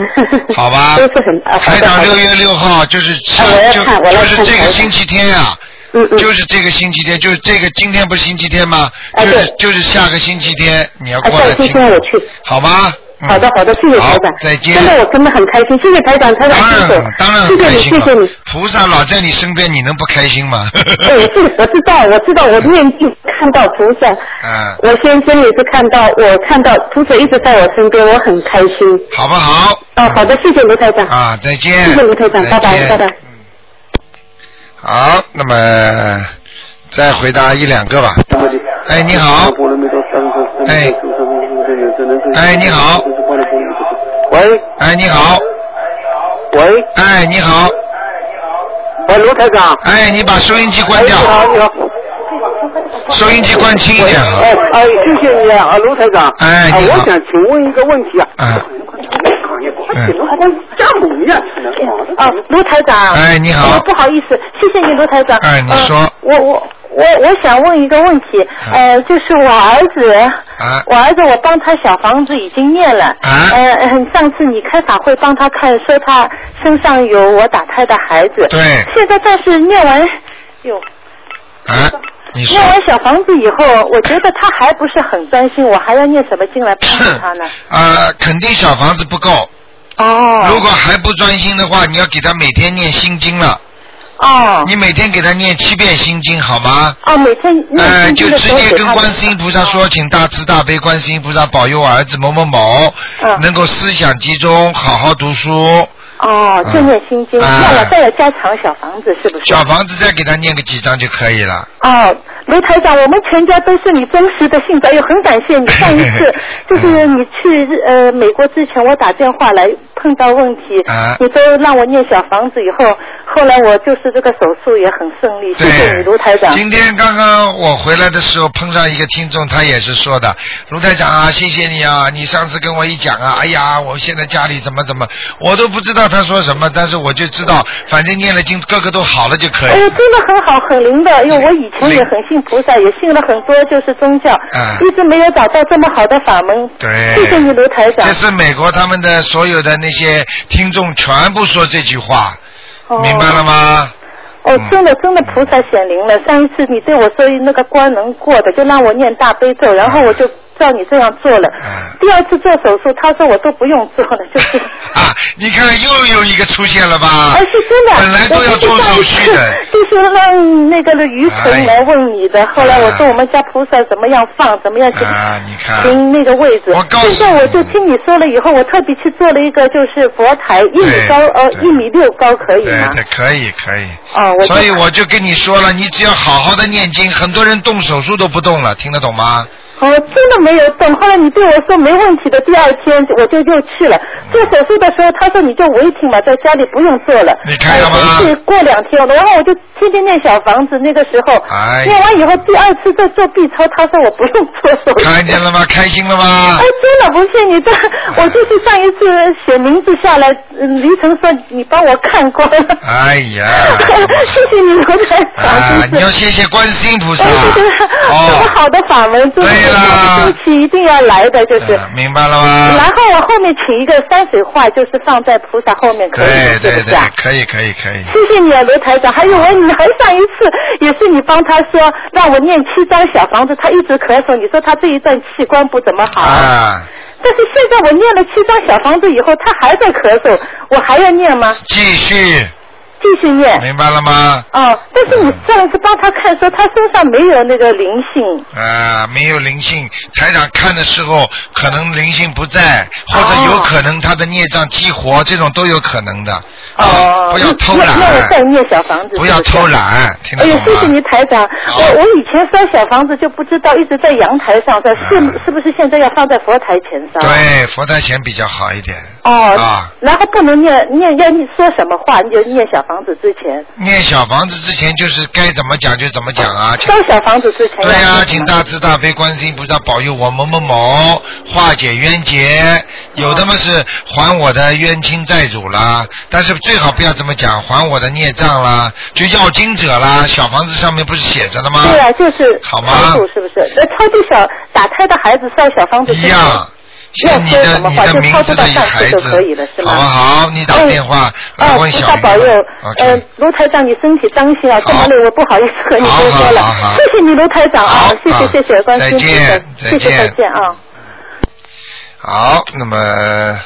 好吧
都？是很啊，
台长
好的
六月六号就是
啊我要
就
看我要
就是
看
这个
台长嗯
星期天啊，就是这个星期天，就是这个今天不是星期天吗？就是就是下个星期天你要
啊，
过
下
来
星期
听，
天我去。
好吗？嗯
好的，好的，谢谢台长。
再见嗯
真的，我真的很开心，谢谢台长，台长辛苦，
当然
谢
很
谢
开
你，
心
谢
了
谢你。。
菩萨老在你身边，你能不开心吗？ (laughs)
哎，我是我知道，我知道，我念经看到菩萨，
嗯，
我先生也是看到，我看到菩萨一直在我身边，我很开心。
好不好？
哦，好的，谢谢卢台长。
啊，再见。
谢谢卢台长，
再
拜拜，
见
拜拜。
好，那么再回答一两个吧。哎，你好。哎。哎，你好。
喂。
哎，你好。
喂。
哎，你好。
喂，卢台长。
哎，你把收音机关掉。
你
哎
好，你好。
收音机关轻一点啊
哎哎，谢谢你啊，卢台长。
哎
啊
你好
我想请问一个问题啊。
啊。
哎卢台长家母一样可能
啊，卢台长。
哎你好
呃不好意思，谢谢你，卢台长。
哎你说
呃我我我我想问一个问题，呃，就是我儿子，
啊
我儿子我帮他小房子已经念了，呃，呃上次你开法会帮他看，说他身上有我打胎的孩子，
对，
现在但是念完，哟。
啊，你
念完小房子以后，我觉得他还不是很专心，我还要念什么进来帮助
(laughs)
他呢？
呃，肯定小房子不够。
哦。
如果还不专心的话，你要给他每天念心经了。
哦。
你每天给他念七遍心经，好吗？
哦，每天
呃，
念
就
经的
直
时候
接
给
跟
他
观世音菩萨说，请大慈大悲观世音菩萨保佑我儿子某某某、
嗯
能够思想集中，好好读书。
哦，就念心经，
啊
要了再要加强小房子，是不是？
小房子再给他念个几张就可以了。
哦，卢台长，我们全家都是你真实的信徒，哎呦，很感谢你。上
(laughs)
一次就是你去日呃美国之前，我打电话来碰到问题
啊，
你都让我念小房子，以后后来我就是这个手术也很顺利，谢谢你，卢台长。
今天刚刚我回来的时候碰上一个听众，他也是说的，卢台长啊，谢谢你啊，你上次跟我一讲啊，哎呀，我现在家里怎么怎么，我都不知道他说什么，但是我就知道，
嗯
反正念了经，个个都好了就可
哎
以
呦，。真的很好，很灵
嗯
的。因为我以前也很信菩萨，也信了很多就是宗教，
啊
一直没有找到这么好的法门。
对。
谢谢你，卢台长
这。是美国他们的所有的那些听众全部说这句话，啊
哦
明白了吗？嗯
哦，真的真的菩萨显灵了。上一次你对我说那个关能过的，就让我念大悲
啊
咒，然后我就照你这样做了。第二次做手术，他说我都不用做了，
(laughs)
就是。
你看又有一个出现了吧
而？哦是真的，啊
本来都要做手续的
我 (laughs) 就是就是让那个愚蠢来问你的。后来我说我们家菩萨怎么样放，怎么样去
哎啊，你看。
停那个位置。现在我就听你说了以后，我特别去做了一个就是佛台一米高，呃一米六高可以吗？
对对，可以可以。
哦我就
所以我就跟你说了，你只要好好的念经，很多人动手术都不动了，听得懂吗？
哦，真的没有动。后来你对我说没问题的，第二天我就又去了。做手术的时候，他说你就违停嘛，在家里不用做了。
你看了吗
哎回去过两天，然后我就天天念小房子。那个时候
哎呀
念完以后，第二次再做 B 超，他说我不用做手术。
看见了吗？啊开心了吗
哎？，真的不信你这，我就是上一次写名字下来，嗯黎晨说你帮我看过了， (laughs)
哎呀，
谢谢你罗台长。
啊，
真是
你要谢谢观世音菩萨。
(laughs) 这么好的法门，就是夫妻一定要来的，就是。
明白了吗
然后我后面请一个山水画，就是放在菩萨后面，可以吗
对
是
对
不
对
是啊？，
可以可以可以。
谢谢你啊，刘台长。还有我女儿上一次也是你帮她说让我念七张小房子，她一直咳嗽，你说她这一段器官不怎么好。
啊，
但是现在我念了七张小房子以后，她还在咳嗽，我还要念吗？
继续。
继续念。
明白了吗？
哦，但是你上次帮他看说他身上没有那个灵性，
啊，没有灵性，台长看的时候可能灵性不
哦
在，或者有可能他的孽障激活，这种都有可能的。
呃
哦，不要偷
那那我
懒，
再念小房子。
不要偷懒，听
哎
得
呦
懂，啊
谢谢
吗？
你台长，我我以前烧小房子就不知道，一直在阳台上烧，是是不是现在要放在佛台前烧？
啊对，佛台前比较好一点。
哦，
啊
然后不能念念，要你说什么话你就念小房子之前，
念小房子之前就是该怎么讲就怎么讲啊，请
烧小房子之前
对呀、请大慈大悲观世音菩萨保佑我某某某化解冤结。
哦
有的嘛是还我的冤亲债主啦，但是最好不要这么讲，还我的孽障啦，就要经者啦。小房子上面不是写着的吗？
对啊，就是
好吗
超度是不是？那超度小打胎的孩子烧小房子一
样，
要
像你
说
的
什么
你
话
的
就
名
超度
字
到
的一个
上
孩
次就
子
可以了，是，吗？
好不好？你打电话
哎
来问
菩
小
萨
鱼
保佑
问，
嗯，卢台长，你身体当心啊！这么累，我不好意思和你多说了
好好好，
谢谢你，卢台长啊，谢
好
谢谢谢，关心
再见
谢谢
再见
再见啊！
好，那么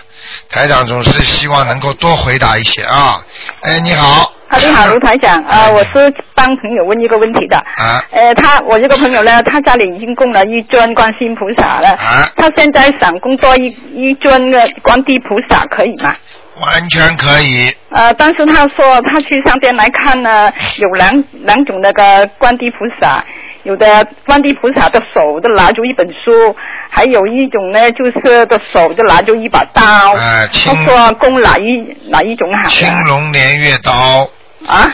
台长总是希望能够多回答一些啊。哎，你好
啊，你
(laughs)
好，卢台长，啊，我是帮朋友问一个问题的。
啊，
呃，他我这个朋友呢，他家里已经供了一尊观世音菩萨了，
啊
他现在想工作一一尊的观地菩萨，可以吗？
完全可以。
呃，但是他说他去上边来看呢，有两两种那个观地菩萨，有的观地菩萨的手都拿住一本书，还有一种呢就是的手就拿住一把刀。
哎
他说供哪一哪一种好呢？
青龙偃月刀。
啊？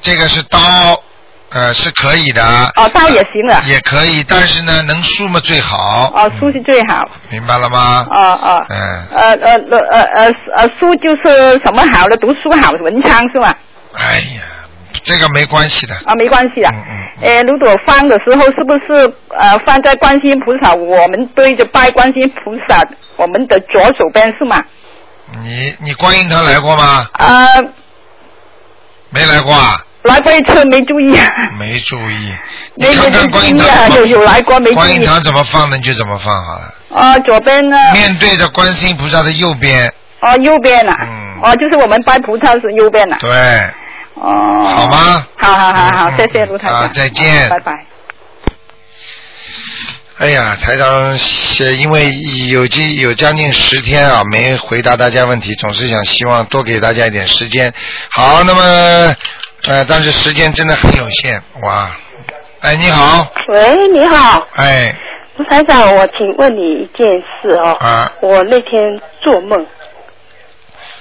这个是刀，呃，是可以的。
哦，刀也行的。
也可以，但是呢，能输嘛最好，
哦，书是最好。
明白了吗？
哦哦。
嗯，
呃呃呃呃呃呃，书就是什么好了，读书好，文昌是吧？
哎呀，这个没关系的，
啊，没关系
嗯
的。呃，如果放的时候是不是呃放在观世音菩萨，我们对着拜观世音菩萨，我们的左手边是吗？
你你观音堂来过吗？
呃，
没来过
(laughs)
啊，
来过一次没
(laughs)
注意，啊
没注意。你
没
看
没
看观音
注意啊
堂怎么
有有来过没注意
观音堂怎么放的你就怎么放好了。
哦，左边呢？
面对着观世音菩萨的右边，
哦，右边呐、
嗯
哦，就是我们拜菩萨是右边呐、
对。
哦。
好吗？
好好好好，谢谢卢台长。
啊再见
好拜拜。
哎呀，台长是因为有近有将近十天啊，没回答大家问题，总是想希望多给大家一点时间。好，那么呃，但是时间真的很有限，哇！哎，你好，
喂，你好，
哎
卢台长，我请问你一件事哦。
啊，
我那天做梦，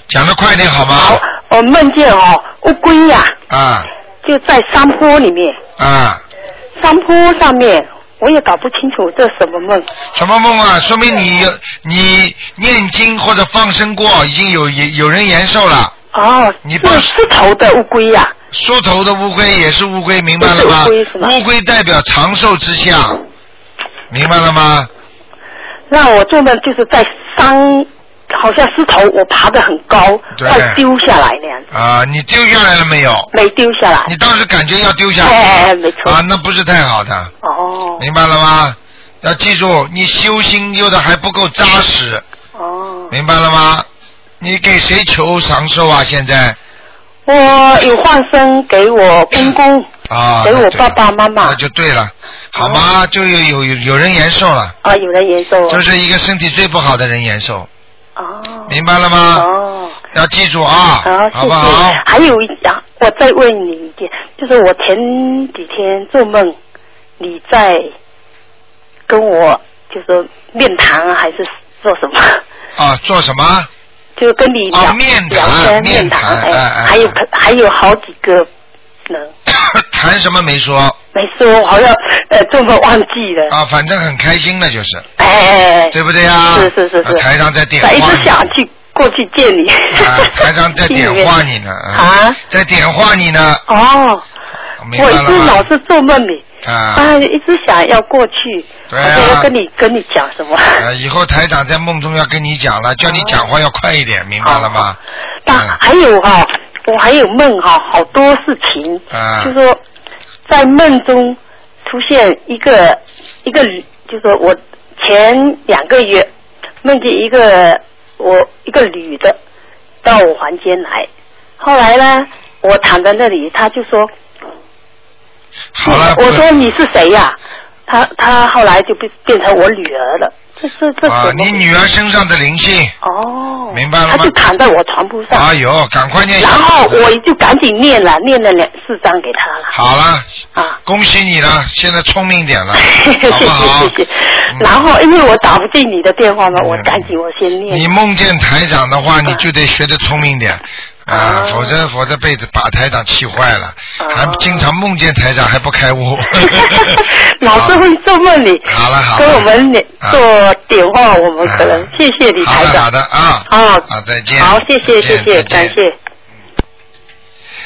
讲的快点好吗？
我梦见哦，乌龟呀、
啊
就在山坡里面，
啊，
山坡上面，我也搞不清楚这什么梦。
什么梦啊？说明你有你念经或者放生过，已经有有人延寿了。
哦，
你不梳
头的乌龟呀、
梳头的乌龟也是乌龟，明白了吗？乌龟代表长寿之象，明白了吗？
那我做梦就是在山，好像石头，我爬得很高，
对
快丢下来那样，
啊，你丢下来了没有？
没丢下来。
你当时感觉要丢下来，
哎，没错。
啊，那不是太好的。
哦。
明白了吗？要记住，你修心修的还不够扎实。哦。明白了吗？你给谁求长寿啊？现在
我有放生给我公公，
啊，
给
那
我
对
爸爸妈妈
那就对了，好吗？就有有有有人延寿了，
啊，有人延寿哦。
就是一个身体最不好的人延寿。哦。明白了吗？
哦。
要记住啊，
好，谢
好不
谢。
好？
还有一啊，我再问你一点，就是我前几天做梦，你在跟我就是说面谈啊还是做什么？ (laughs)
啊，做什么？
就是跟你聊、
哦面
聊
谈
天
面谈
哎，
哎哎
还有还有好几个人
谈什么没说？
没说，好像呃做梦忘记了。
啊，反正很开心的就是，
哎，
对不对啊？
是是是是
啊台长在点
我一
化
直
你，
想去过去见你。
啊，台长在点化
(laughs)
你呢，啊，在点化你呢，
哦，
明
我
白
一
了
直
吗
老？是做梦里，
啊，
啊，一直想要过去，
对
我说
啊
要，跟你跟你讲什么，
啊，以后台长在梦中要跟你讲了，叫你讲话要快一点，明白了吗？
但还有哈、我还有梦哈、好多事情，
啊
就说在梦中出现一个一个，就说我前两个月梦见一个我一个女的到我房间来，后来呢，我躺在那里，他就说，
好了，
我说你是谁呀、他他后来就变变成我女儿了，这是这
啊
什，么
你女儿身上的灵性，
哦，
明白了吗
他就躺在我床铺上，
哎呦，赶快念小
然后
房子
我就赶紧念了，念了两四张给他了。 (laughs)
好了，
啊
恭喜你了，现在聪明一点了，
谢谢
好不好？嗯
谢谢。然后因为我打不进你的电话嘛，我赶紧我 (laughs) 先念。嗯
你梦见台长的话，你就得学得聪明点。
哦
啊，否则否则被把台长气坏了，还经常梦见台长还不开
(laughs)
悟。
老是会做梦里
好了好了，
跟我们联
啊
做点话，我们可能谢谢李
好
台
的
长。
好的啊，
啊，
好再见。
好，谢
再
谢
见
谢谢，感谢。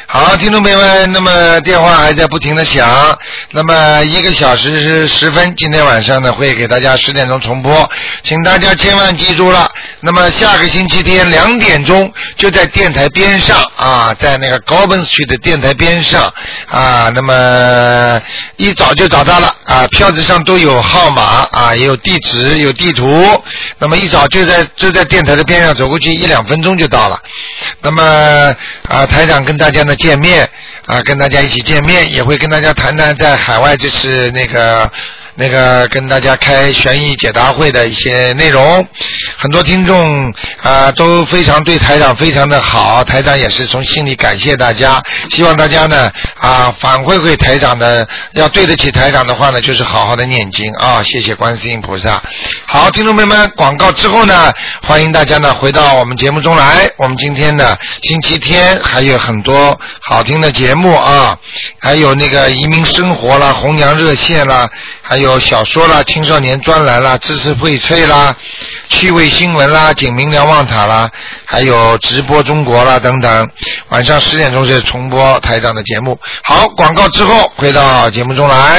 好，听众朋友们，那么电话还在不停的响，那么一个小时是十分，今天晚上呢会给大家十点钟重播，请大家千万记住了。那么下个星期天两点钟就在电台边上啊，在那个高本区的电台边上啊，那么一找就找到了啊，票子上都有号码啊，也有地址，有地图，那么一找就在就在电台的边上走过去一两分钟就到了。那么啊，台长跟大家呢见面啊，跟大家一起见面，也会跟大家谈谈在海外就是那个那个跟大家开悬疑解答会的一些内容。很多听众啊都非常对台长非常的好，台长也是从心里感谢大家，希望大家呢啊反馈给台长的，要对得起台长的话呢，就是好好的念经啊，谢谢观世音菩萨。好，听众朋友们，广告之后呢，欢迎大家呢回到我们节目中来。我们今天呢星期天还有很多好听的节目啊，还有那个移民生活啦、红娘热线啦，还有小说啦、青少年专栏啦、知识荟萃啦、趣味新闻啦、警民瞭望塔啦，还有直播中国啦等等。晚上十点钟是重播台长的节目。好，广告之后回到节目中来。